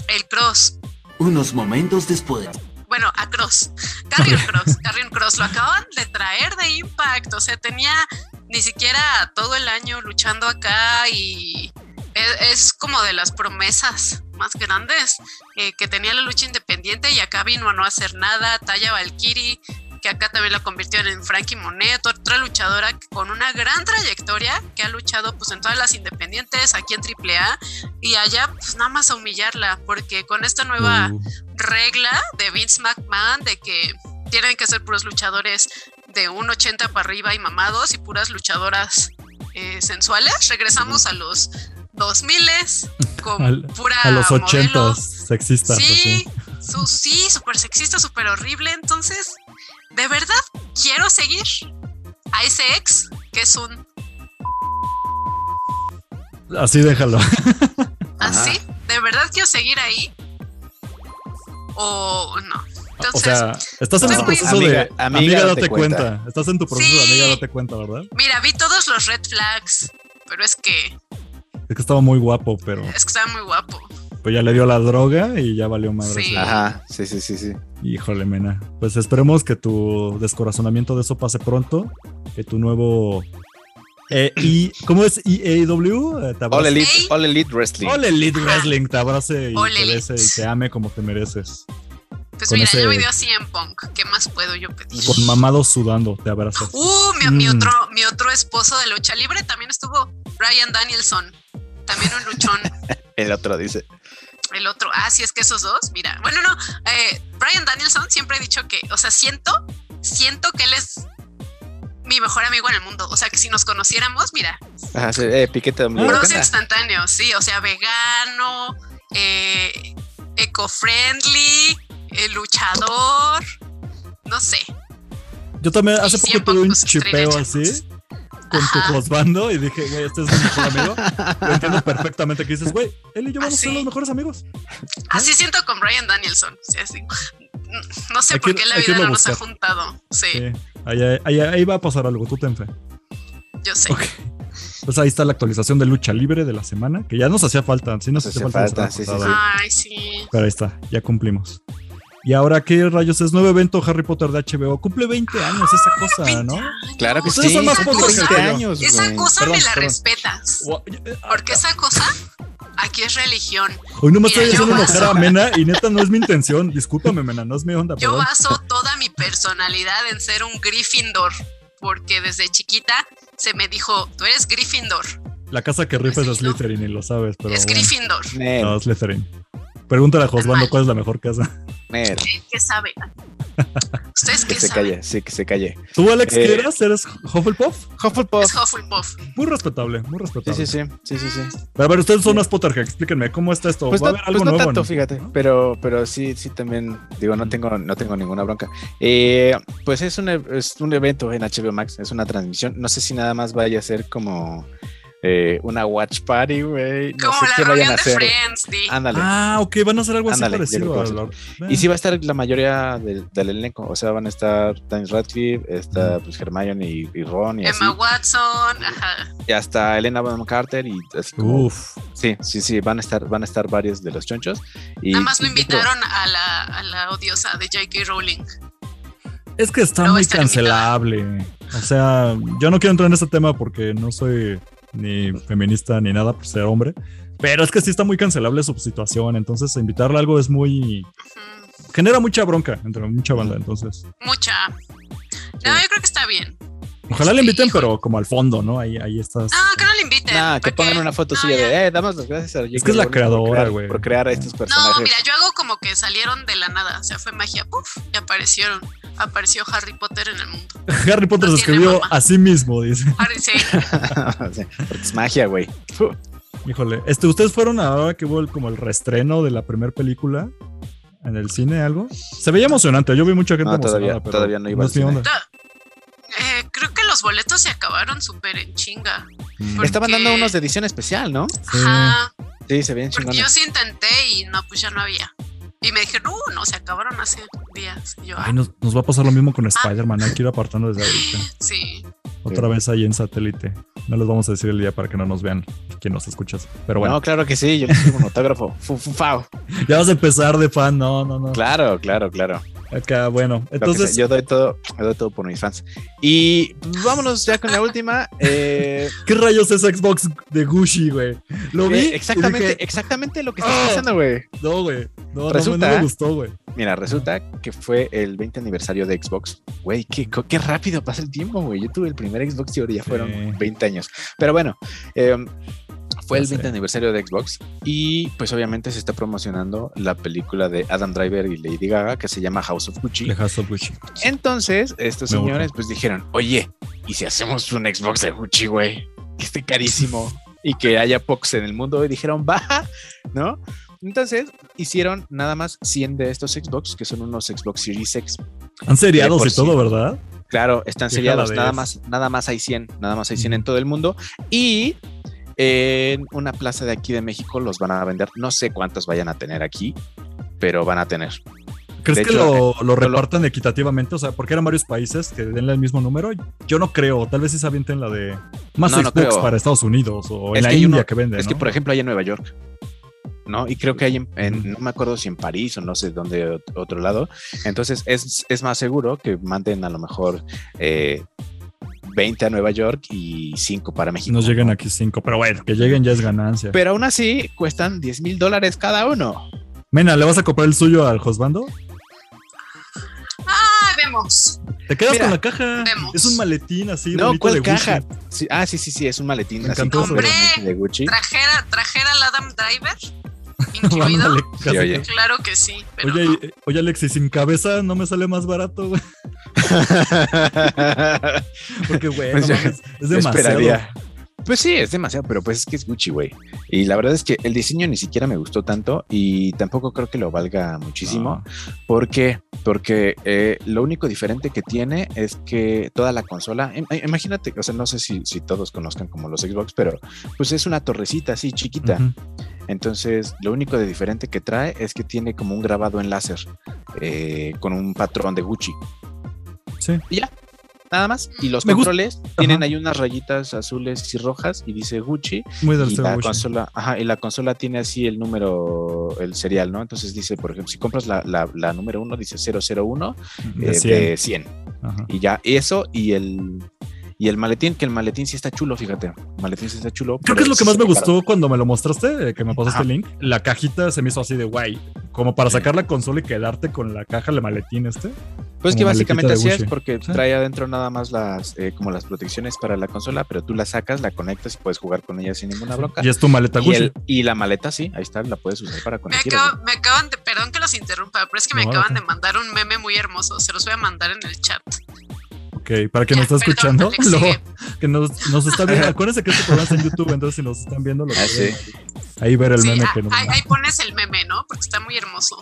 El Cross.
Unos momentos después.
bueno, a Cross, Carrion Cross, Carrion Cross, lo acaban de traer de Impact, o sea, tenía ni siquiera todo el año luchando acá y es, es como de las promesas más grandes eh, que tenía la lucha independiente y acá vino a no hacer nada, Taya Valkyrie, que acá también la convirtieron en Frankie Monet, otra luchadora con una gran trayectoria que ha luchado pues en todas las independientes, aquí en AAA y allá pues nada más a humillarla porque con esta nueva
Uh,
regla de Vince McMahon de que tienen que ser puros luchadores de 1,80 para arriba y mamados y puras luchadoras eh, sensuales. Regresamos a los 2000 con
Al-
pura
a los
modelo.
ochentas, sexistas.
Sí,
así.
su- sí, súper sexista, súper horrible. Entonces, de verdad, quiero seguir a ese ex que es un
Así déjalo.
así. De verdad quiero seguir ahí. O no. Entonces,
o sea, estás en
Estoy
ese
muy-
proceso de
Amiga-
amiga,
amiga,
date,
date
cuenta.
cuenta.
Estás en tu proceso de amiga
Sí.
date cuenta, ¿verdad?
mira, vi todos los red flags, pero es que
Es que estaba muy guapo, pero
Es que estaba muy guapo.
pues ya le dio la droga y ya valió madre.
Sí.
ese-
Ajá, sí, sí, sí, sí.
Híjole, mena. Pues esperemos que tu descorazonamiento de eso pase pronto. Que tu nuevo. Eh, y, ¿Cómo es? EAW. eh, Te
All
abrace.
Elite,
Ey.
All Elite Wrestling.
All Elite Wrestling. Te abrace y
All
te
Elite.
bese y te ame como te mereces.
Pues
Con
mira,
ese-
ya me dio así en punk. ¿Qué más puedo yo pedir?
Con mamados sudando, te abrazas.
Uh, mi, mi
Mm.
otro, mi otro esposo de lucha libre también estuvo Brian Danielson. También un luchón.
El otro dice.
El otro, ah, sí, es que esos dos, mira. Bueno, no, eh, Brian Danielson siempre he dicho que, o sea, siento, siento que él es mi mejor amigo en el mundo. O sea, que si nos conociéramos, mira,
Ajá, sí, eh, piquete de ombligo.
Puros
¿qué onda?
instantáneos, sí, o sea, vegano, eh, eco-friendly, eh, luchador, no sé.
Yo también hace
Y
poco
siempre
tuve un
con sus
chipeo
estrellas.
así con
Ajá.
tu Josbando y dije, güey, este es mi mejor amigo. Lo entiendo perfectamente que dices, güey, él y yo
Ah,
vamos a ser
sí.
los mejores amigos.
Así siento con Brian Danielson. sí, así. No sé
Hay
por
que-
qué la
hay que
vida
irlo a
no nos ha
buscar.
juntado. Sí,
Sí, ahí, ahí- ahí va a pasar algo, tú ten fe.
yo sé.
Ok. Pues ahí está la actualización de lucha libre de la semana, que ya nos hacía falta, sí nos, hacía falta, la semana
sí, sí,
pasada.
sí.
Ay, sí.
Pero ahí está, ya cumplimos. Y ahora, ¿qué rayos es? Nuevo evento Harry Potter de HBO. Cumple 20 años esa cosa,
20
Ah, ¿no?
años.
Claro que
Ustedes
sí.
son más
sí,
pobres
veinte
que yo.
años,
Esa
güey.
cosa
Perdón,
me la
perdón. ah,
respetas.
Gua-
Porque esa cosa aquí es religión.
Hoy no me
Mira,
estoy haciendo
yo
enojar
paso.
a Mena y neta no es mi intención. Discúlpame, Mena, no es mi onda.
Yo
perdón.
baso toda mi personalidad en ser un Gryffindor, porque desde chiquita se me dijo, tú eres Gryffindor,
La casa que rifa es
Sí, ¿no?
Slytherin y lo sabes, pero.
es
bueno.
Gryffindor,
Nel,
No, Slytherin. Pregúntale a Josbando cuál es la mejor casa.
Nel,
¿qué sabe? ¿Ustedes
Que
qué
se
saben?
calle, sí, que se calle.
¿Tú, Alex,
Eh.
quieras? ¿Eres Hufflepuff?
Hufflepuff.
Es Hufflepuff.
Muy respetable, muy
Sí,
respetable.
sí, sí, sí, sí, sí.
Pero a ver, ustedes son más Potterhead, explíquenme, ¿cómo está esto?
Pues
¿Va
no,
a haber algo
pues no
nuevo? o
tanto,
no?
fíjate,
¿No?
pero, pero sí, sí también, digo, no tengo, no tengo ninguna bronca. Eh, pues es un, e- es un evento en HBO Max, es una transmisión, no sé si nada más vaya a ser como eh, una watch party, güey, no
Como
sé
la
qué vayan
reunión
a
de
hacer.
Friends, di.
Ándale.
Ah, ok, van a hacer algo así
Ándale, yo
parecido.
creo
a
que
la-
Y sí va a estar la mayoría del, del elenco, o sea, van a estar James Radcliffe,
Mm.
está pues Hermione y, y Ron y así,
Emma Watson, ajá.
y hasta Elena Bonham Carter y así como,
Uf,
sí, sí, sí, van a estar, van a estar varios de los chonchos. Y,
Nada más lo
y yo creo-
invitaron a la, a la odiosa de J.K. Rowling.
Es que está
No,
muy
está
cancelable. O sea, yo no quiero entrar en ese tema porque no soy ni feminista ni nada por ser hombre. Pero es que sí está muy cancelable su situación. Entonces, invitarle a algo es muy.
Ujú.
genera mucha bronca entre mucha banda. Entonces,
Mucha. No, yo creo que está bien.
ojalá le inviten,
Hijo.
pero como al fondo, ¿no? Ahí, ahí estás.
No, que no le inviten.
Nah, que
porque-
pongan una foto
no,
suya
ya.
de, eh, damos las gracias a J.K.
Es que es la
Rowling por
creadora,
crear-
güey.
Por crear a estos
No,
personajes.
mira, yo hago como que salieron de la nada. O sea, fue magia. Puff, y aparecieron. Apareció Harry Potter en el mundo.
Harry Potter se
no tiene
escribió
mamá.
a sí mismo, dice.
Harry, sí.
Sí, porque es magia, güey. Fu.
Híjole, este, ¿ustedes fueron ahora que hubo el- como el reestreno de la primera película en el cine, algo? Se veía emocionante, yo vi mucha gente
No, todavía-
emocionada, pero
todavía no iba
es
al
mi
cine.
onda.
Eh, creo que los boletos se acabaron súper en chinga.
Mm,
Porque-
Estaban dando unos de edición especial, ¿no?
sí.
Ajá.
Sí, se veían
Porque yo
chingones.
sí intenté y no, pues ya no había. Y me dijeron, no, no, se acabaron hace días. Y yo,
Ay, nos, nos va a pasar lo mismo con Spider-Man, hay que ir apartando desde ahorita.
"Ah, sí.
Otra vez ahí en satélite. No les vamos a decir el día para que no nos vean quien nos escuchas. Pero bueno,
No, claro que sí, yo les escribo un autógrafo. Fu, fu, fao.
ya vas a empezar de fan. No, no, no.
Claro, claro, claro.
Acá, bueno.
Lo que
Entonces,
sea, yo doy todo, yo doy todo por mis fans. Y pues, vámonos ya con la última. Eh,
¿qué rayos es Xbox de Gucci, güey? Lo vi.
eh,
y
exactamente,
dije,
exactamente lo que
¡Ah!
está pasando, güey.
no, güey. No, no,
Resulta-
no me gustó, güey.
Mira, resulta que fue el 20 aniversario de Xbox. Güey, qué, co- qué rápido pasa el tiempo, güey. Yo tuve el primer Xbox y ahora ya fueron
Sí.
20 años. Pero bueno, eh, fue
Ya
el 20
sé.
aniversario de Xbox y pues obviamente se está promocionando la película de Adam Driver y Lady Gaga que se llama House of Gucci.
Lejazo Gucci.
Entonces, estos
Me urge.
señores pues dijeron, oye, ¿y si hacemos un Xbox de Gucci, güey? Que esté carísimo y que haya Pox en el mundo. Y dijeron, va, ¿no? Entonces, hicieron nada más 100 de estos Xbox, que son unos Xbox Series X.
Han seriados
por
y
sí.
todo, ¿verdad?
Claro, están
Qué
seriados,
jalada
nada
es.
más, nada más hay 100, nada más hay 100 en
Ujú.
todo el mundo. Y en una plaza de aquí de México los van a vender. No sé cuántos vayan a tener aquí, pero van a tener.
¿Crees
De
que
hecho, eh,
lo, lo repartan equitativamente? O sea, porque eran varios países que denle el mismo número. Yo no creo. Tal vez sí se avienten la de más
No, no
Xbox
creo.
para Estados Unidos o en
Es
la
que hay
India
uno-
que venden.
Es que,
¿no?
por ejemplo, hay en Nueva York, ¿no? Y creo que hay en, en-
Ujú.
no me acuerdo si en París o no sé dónde ot- otro lado. Entonces, es, es más seguro que manden a lo mejor eh, 20 a Nueva York y 5 para México.
nos lleguen aquí cinco. Pero bueno, que lleguen ya es ganancia.
Pero aún así, cuestan 10 mil dólares cada uno.
Mena, ¿le vas a comprar el suyo al Josbando?
Ah, vemos.
Te quedas
Mira,
con la caja.
vemos.
Es un maletín así.
no,
bonito
¿cuál
de Gucci.
caja? Sí, ah, sí, sí, sí, es un maletín.
Me
así
encantó
como
eso.
obviamente de Gucci.
Trajera, trajera al Adam Driver.
Ándale,
Incluido.
casi.
Sí, oye.
claro que sí. Pero
Oye,
no.
y- eh, oye, Alex, y sin cabeza no me sale más barato, güey. Porque, güey, no
Pues yo-
mames, es
Yo
demasiado.
esperaría. Pues sí, es demasiado, pero pues es que es Gucci, güey. Y la verdad es que el diseño ni siquiera me gustó tanto y tampoco creo que lo valga muchísimo.
No.
¿Por qué? Porque eh, lo único diferente que tiene es que toda la consola, im- im- imagínate, o sea, no sé si, si todos conozcan como los Xbox, pero pues es una torrecita así chiquita.
Ujú.
Entonces, lo único de diferente que trae es que tiene como un grabado en láser eh, con un patrón de Gucci.
Sí.
Nada más. Y los
Me gusta-
controles tienen ahí unas rayitas azules y rojas y dice Gucci.
Muy del
Y la,
Star Gucci.
consola, ajá, y la consola tiene así el número, el serial, ¿no? Entonces dice, por ejemplo, si compras la, la- la número 1, dice 001 eh,
De 100.
de 100.
Ajá.
Y ya, eso y el, y el maletín, que el maletín sí está chulo, fíjate. El maletín sí está chulo.
Creo
pero
que es lo
sí
que más
está
me
caro.
gustó cuando me lo mostraste, eh, que me pasaste
Ajá.
el link. La cajita se me hizo así de guay. Como para sacar la consola y quedarte con la caja, el maletín este.
Pues es
como
que
maletita
básicamente
de
así es,
Gucci.
porque
Sí.
trae adentro nada más las, eh, como las protecciones para la consola, pero tú la sacas, la conectas y puedes jugar con ella sin ninguna bronca.
Y es tu maleta
Y,
Gucci.
el- y la maleta, sí, ahí está, la puedes usar para
Me,
cuando quieras,
acabo- me acaban de, perdón que los interrumpa, pero es que me
No,
acaban
no.
de mandar un meme muy hermoso. Se los voy a mandar en el chat.
Ok, para que nos
Ya,
está
perdón,
escuchando,
Alex,
lo-
sigue.
que nos, nos está viendo. Acuérdense que este programa está en YouTube, entonces si nos están viendo, lo
Ah, sí.
pueden ahí ver el
Sí,
meme
ah,
que nos
ahí, ahí pones el meme, ¿no? Porque está muy hermoso.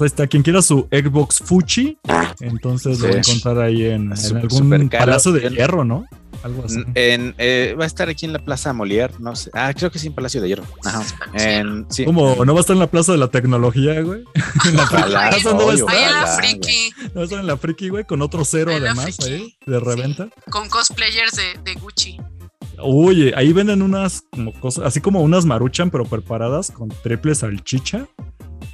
Ahí está, quien quiera su Xbox Fuchi, entonces lo
Ah. Sí.
va a encontrar ahí en, en
Sup-
algún
supercaro.
palacio de
Yo-
hierro, ¿no? Algo así.
En, eh, va a estar aquí en la Plaza Molière, no sé. Ah, creo que sí, en Palacio de Hierro. Ajá. En, sí.
Como no va a estar en la plaza de la tecnología, güey. En la friki,
Ojalá,
¿sabes dónde va a
obvio,
estar?
Ahí en la
Ojalá,
friki,
No va a estar en la friki, güey, con otro cero
Ahí en la
además,
friki.
ahí, de reventa.
con cosplayers de, de Gucci.
Oye, ahí venden unas como cosas, así como unas maruchan, pero preparadas con triple salchicha,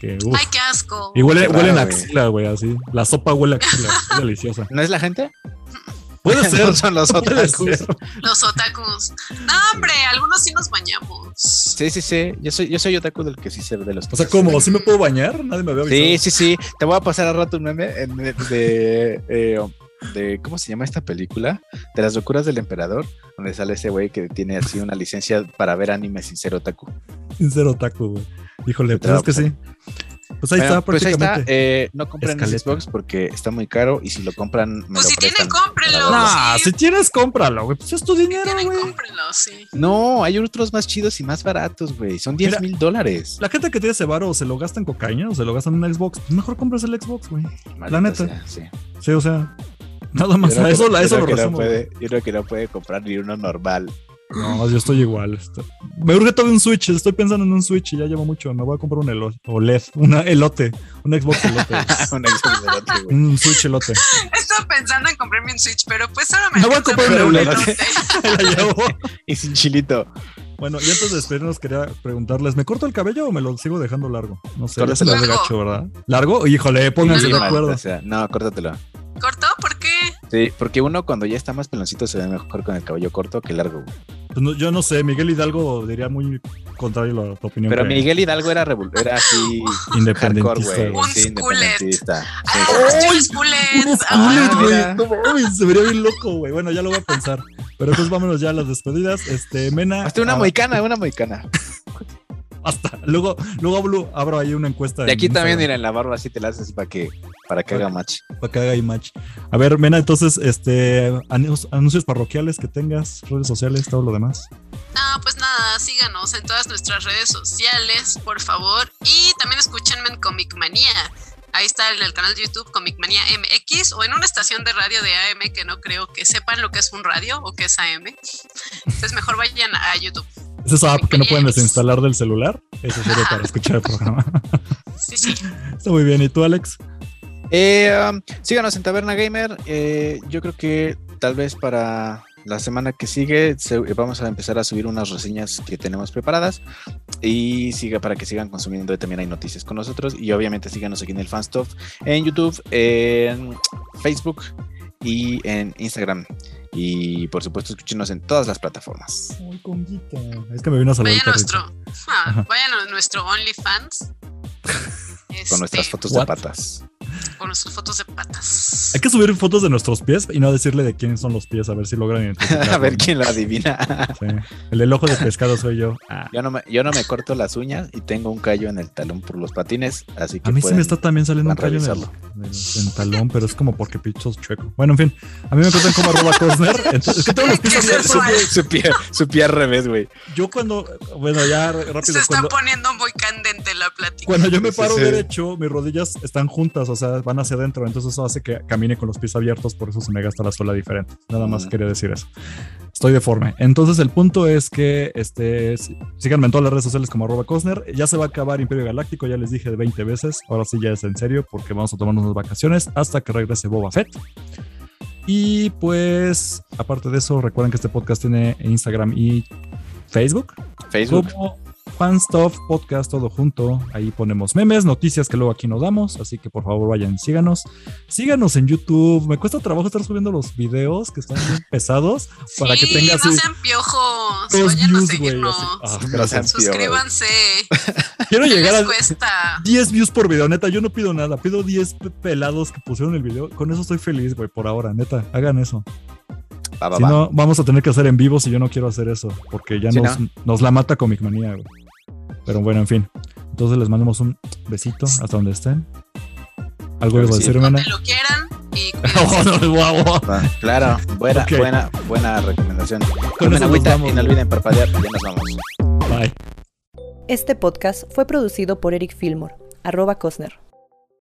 que. uf.
Ay, qué asco.
Y huele,
Qué
huele a
raro, güey.
axila, güey, así. La sopa huele a axila, es deliciosa.
¿No es la gente?
Puede ser,
No son los
puede
otakus.
ser.
Los otakus. No, hombre, algunos sí nos bañamos.
Sí, sí, sí. Yo soy, yo soy otaku del que sí se ve de los
O sea,
tacos.
¿cómo? ¿Sí me puedo bañar? Nadie me había avisado.
Sí, sí, sí. Te voy a pasar al rato un meme en- de, de, eh, de- ¿Cómo se llama esta película? De las locuras del emperador, donde sale ese güey que tiene así una licencia para ver anime sin ser otaku.
Sincero taco, güey. Híjole,
Te la
pues es que sí. Pues ahí
Bueno,
está,
pues ahí está.
prácticamente.
eh, no compren ese
Escaleta.
Xbox porque está muy caro y si lo compran, me
Pues
lo
si tienen,
prestan.
cómprenlo.
Nah,
sí.
si tienes, cómpralo, güey. Pues es tu dinero,
Tienen,
güey.
cómprenlo, sí.
No, hay otros más chidos y más baratos, güey. Son 10 mil dólares.
La gente que tiene ese varo o se lo gasta en cocaína o se lo gasta en un Xbox, pues mejor compras el Xbox, güey.
Maldita
neta.
sea, sí.
Sí, o sea, nada más
Yo
a
creo
eso,
que-
a
yo
eso
creo
lo
que no
resumo.
puede- Yo creo que no puede comprar ni uno normal.
No, yo estoy igual. esto- Me urge todo un Switch. Estoy pensando en un Switch y ya llevo mucho. Me voy a comprar un elo- OLED, una elote, un Xbox elote.
Un Xbox del otro, güey.
un Switch elote.
Estaba pensando en comprarme un Switch, pero pues solo me
No voy a
alcanza
comprarme
para
un
elote.
La llevo.
y sin chilito.
Bueno, y antes de despedirnos quería preguntarles, ¿me corto el cabello o me lo sigo dejando largo? No sé,
Córtaselo.
ya se las
Largo.
gacho, ¿verdad? ¿Largo? Híjole, pónganse de
Sí,
Largo.
Marta,
acuerdo.
o sea, no, córtatelo.
¿Cortó? ¿Por qué?
Sí, porque uno cuando ya está más peloncito se ve mejor con el cabello corto que largo. güey.
Pues no- yo no sé, Miguel Hidalgo diría muy contrario a tu opinión.
Pero
que-
Miguel Hidalgo era, revol- era así hardcore,
independentista.
güey.
güey.
Un
Sí,
sculet.
independentista. Sí,
Ay,
sí, sí.
Ah, los
¡Ay!
chiles bullets.
Uy,
Ah,
güey,
mira.
no mames, se vería bien loco, güey. Bueno, ya lo voy a pensar. Pero entonces vámonos ya a las despedidas. Este, Mena.
Hazte una
ah,
moicana, una moicana.
Hasta. Luego, luego hablo- abro ahí una encuesta.
Y aquí
en
también,
Instagram
mira, en la barba así te la haces para que, para que haga match.
Para que haga ahí match. A ver, Mena, entonces, este, anun- anuncios parroquiales que tengas, redes sociales, todo lo demás.
Ah, pues nada, síganos en todas nuestras redes sociales, por favor. Y también escúchenme en Comic Manía. Ahí está en el canal de YouTube Comic Manía MX o en una estación de radio de AM que no creo que sepan lo que es un radio o que es AM. Entonces mejor vayan a YouTube.
Es esa app que no pueden desinstalar del celular. Eso sirve para escuchar el programa.
Sí, sí.
Está muy bien. ¿Y tú, Alex?
Eh, um, síganos en Taberna Gamer. Eh, yo creo que tal vez para la semana que sigue se- eh, vamos a empezar a subir unas reseñas que tenemos preparadas. Y siga para que sigan consumiendo. También hay noticias con nosotros. Y obviamente síganos aquí en el Fanstuff, en YouTube, en Facebook y en Instagram. Y por supuesto, escúchenos en todas las plataformas.
Muy conguita. Es que me vino a saludar.
Vayan a nuestro, ah, vayan a nuestro OnlyFans. Este,
Con nuestras fotos
What?
de patas.
Con nuestras fotos de patas.
Hay que subir fotos de nuestros pies y no decirle de quiénes son los pies, a ver si logran identificar.
A ver quién lo adivina.
El del ojo de pescado soy yo. Ah,
Yo no, me, yo no me corto las uñas y tengo un callo en el talón por los patines, así que
a mí sí
pueden-
me está también saliendo un
pueden
callo en el, en el talón, pero es como porque pichos chueco. Bueno, en fin, a mí me encuentran como arroba Cosner. Entonces, es que tengo los pies
Qué
abiertos,
sensual.
güey.
su, pie, su pie al revés, güey.
Yo cuando, bueno, ya
Se
rápido,
está
cuando,
poniendo muy candente la plática.
Cuando yo me
Sí,
paro
sí.
derecho, mis rodillas están juntas, o sea, van hacia adentro, entonces eso hace que camine con los pies abiertos, por eso se me gasta la suela diferente. Nada más
Ujú.
quería decir eso. Estoy deforme. Entonces el punto es que este, sí- síganme en todas las redes sociales como arroba Cosner. Ya se va a acabar Imperio Galáctico, ya les dije 20 veces. Ahora sí ya es en serio porque vamos a tomarnos unas vacaciones hasta que regrese Boba Fett. Y pues, aparte de eso, recuerden que este podcast tiene Instagram y Facebook
Facebook.
como Fanstuff Podcast, todo junto. Ahí ponemos memes, noticias que luego aquí nos damos. Así que por favor vayan, síganos. Síganos en YouTube. Me cuesta trabajo estar subiendo los videos que están bien pesados para que
Sí,
tengan
no
así
sean piojos.
dos
Vayan a
views, güey.
seguirnos.
así. Ah,
No
gracias.
sean-
Suscríbanse.
Quiero
¿Qué
llegar
les
a
cuesta?
10 views por video. Neta, yo no pido nada. Pido 10 pe- pelados que pusieron el video. Con eso estoy feliz, güey, por ahora. Neta, hagan eso.
Va, va,
si
va.
no, vamos a tener que hacer en vivo si yo no quiero hacer eso, porque ya
Sí,
nos, nos la mata Comic Manía, güey. Pero bueno, en fin. Entonces les mandamos un besito hasta donde estén. ¿Algo
Claro
les
que
a
sí.
decir, hermana?
Donde lo quieran. Y
No,
cuídense.
no, guau, guau.
Va, Claro, buena,
Ok.
buena, buena recomendación.
Con
Tomen
eso nos
agüita
vamos.
y no olviden parpadear, ya nos vamos.
Bye.
Este podcast fue producido por Eric Fillmore, arroba Cosner,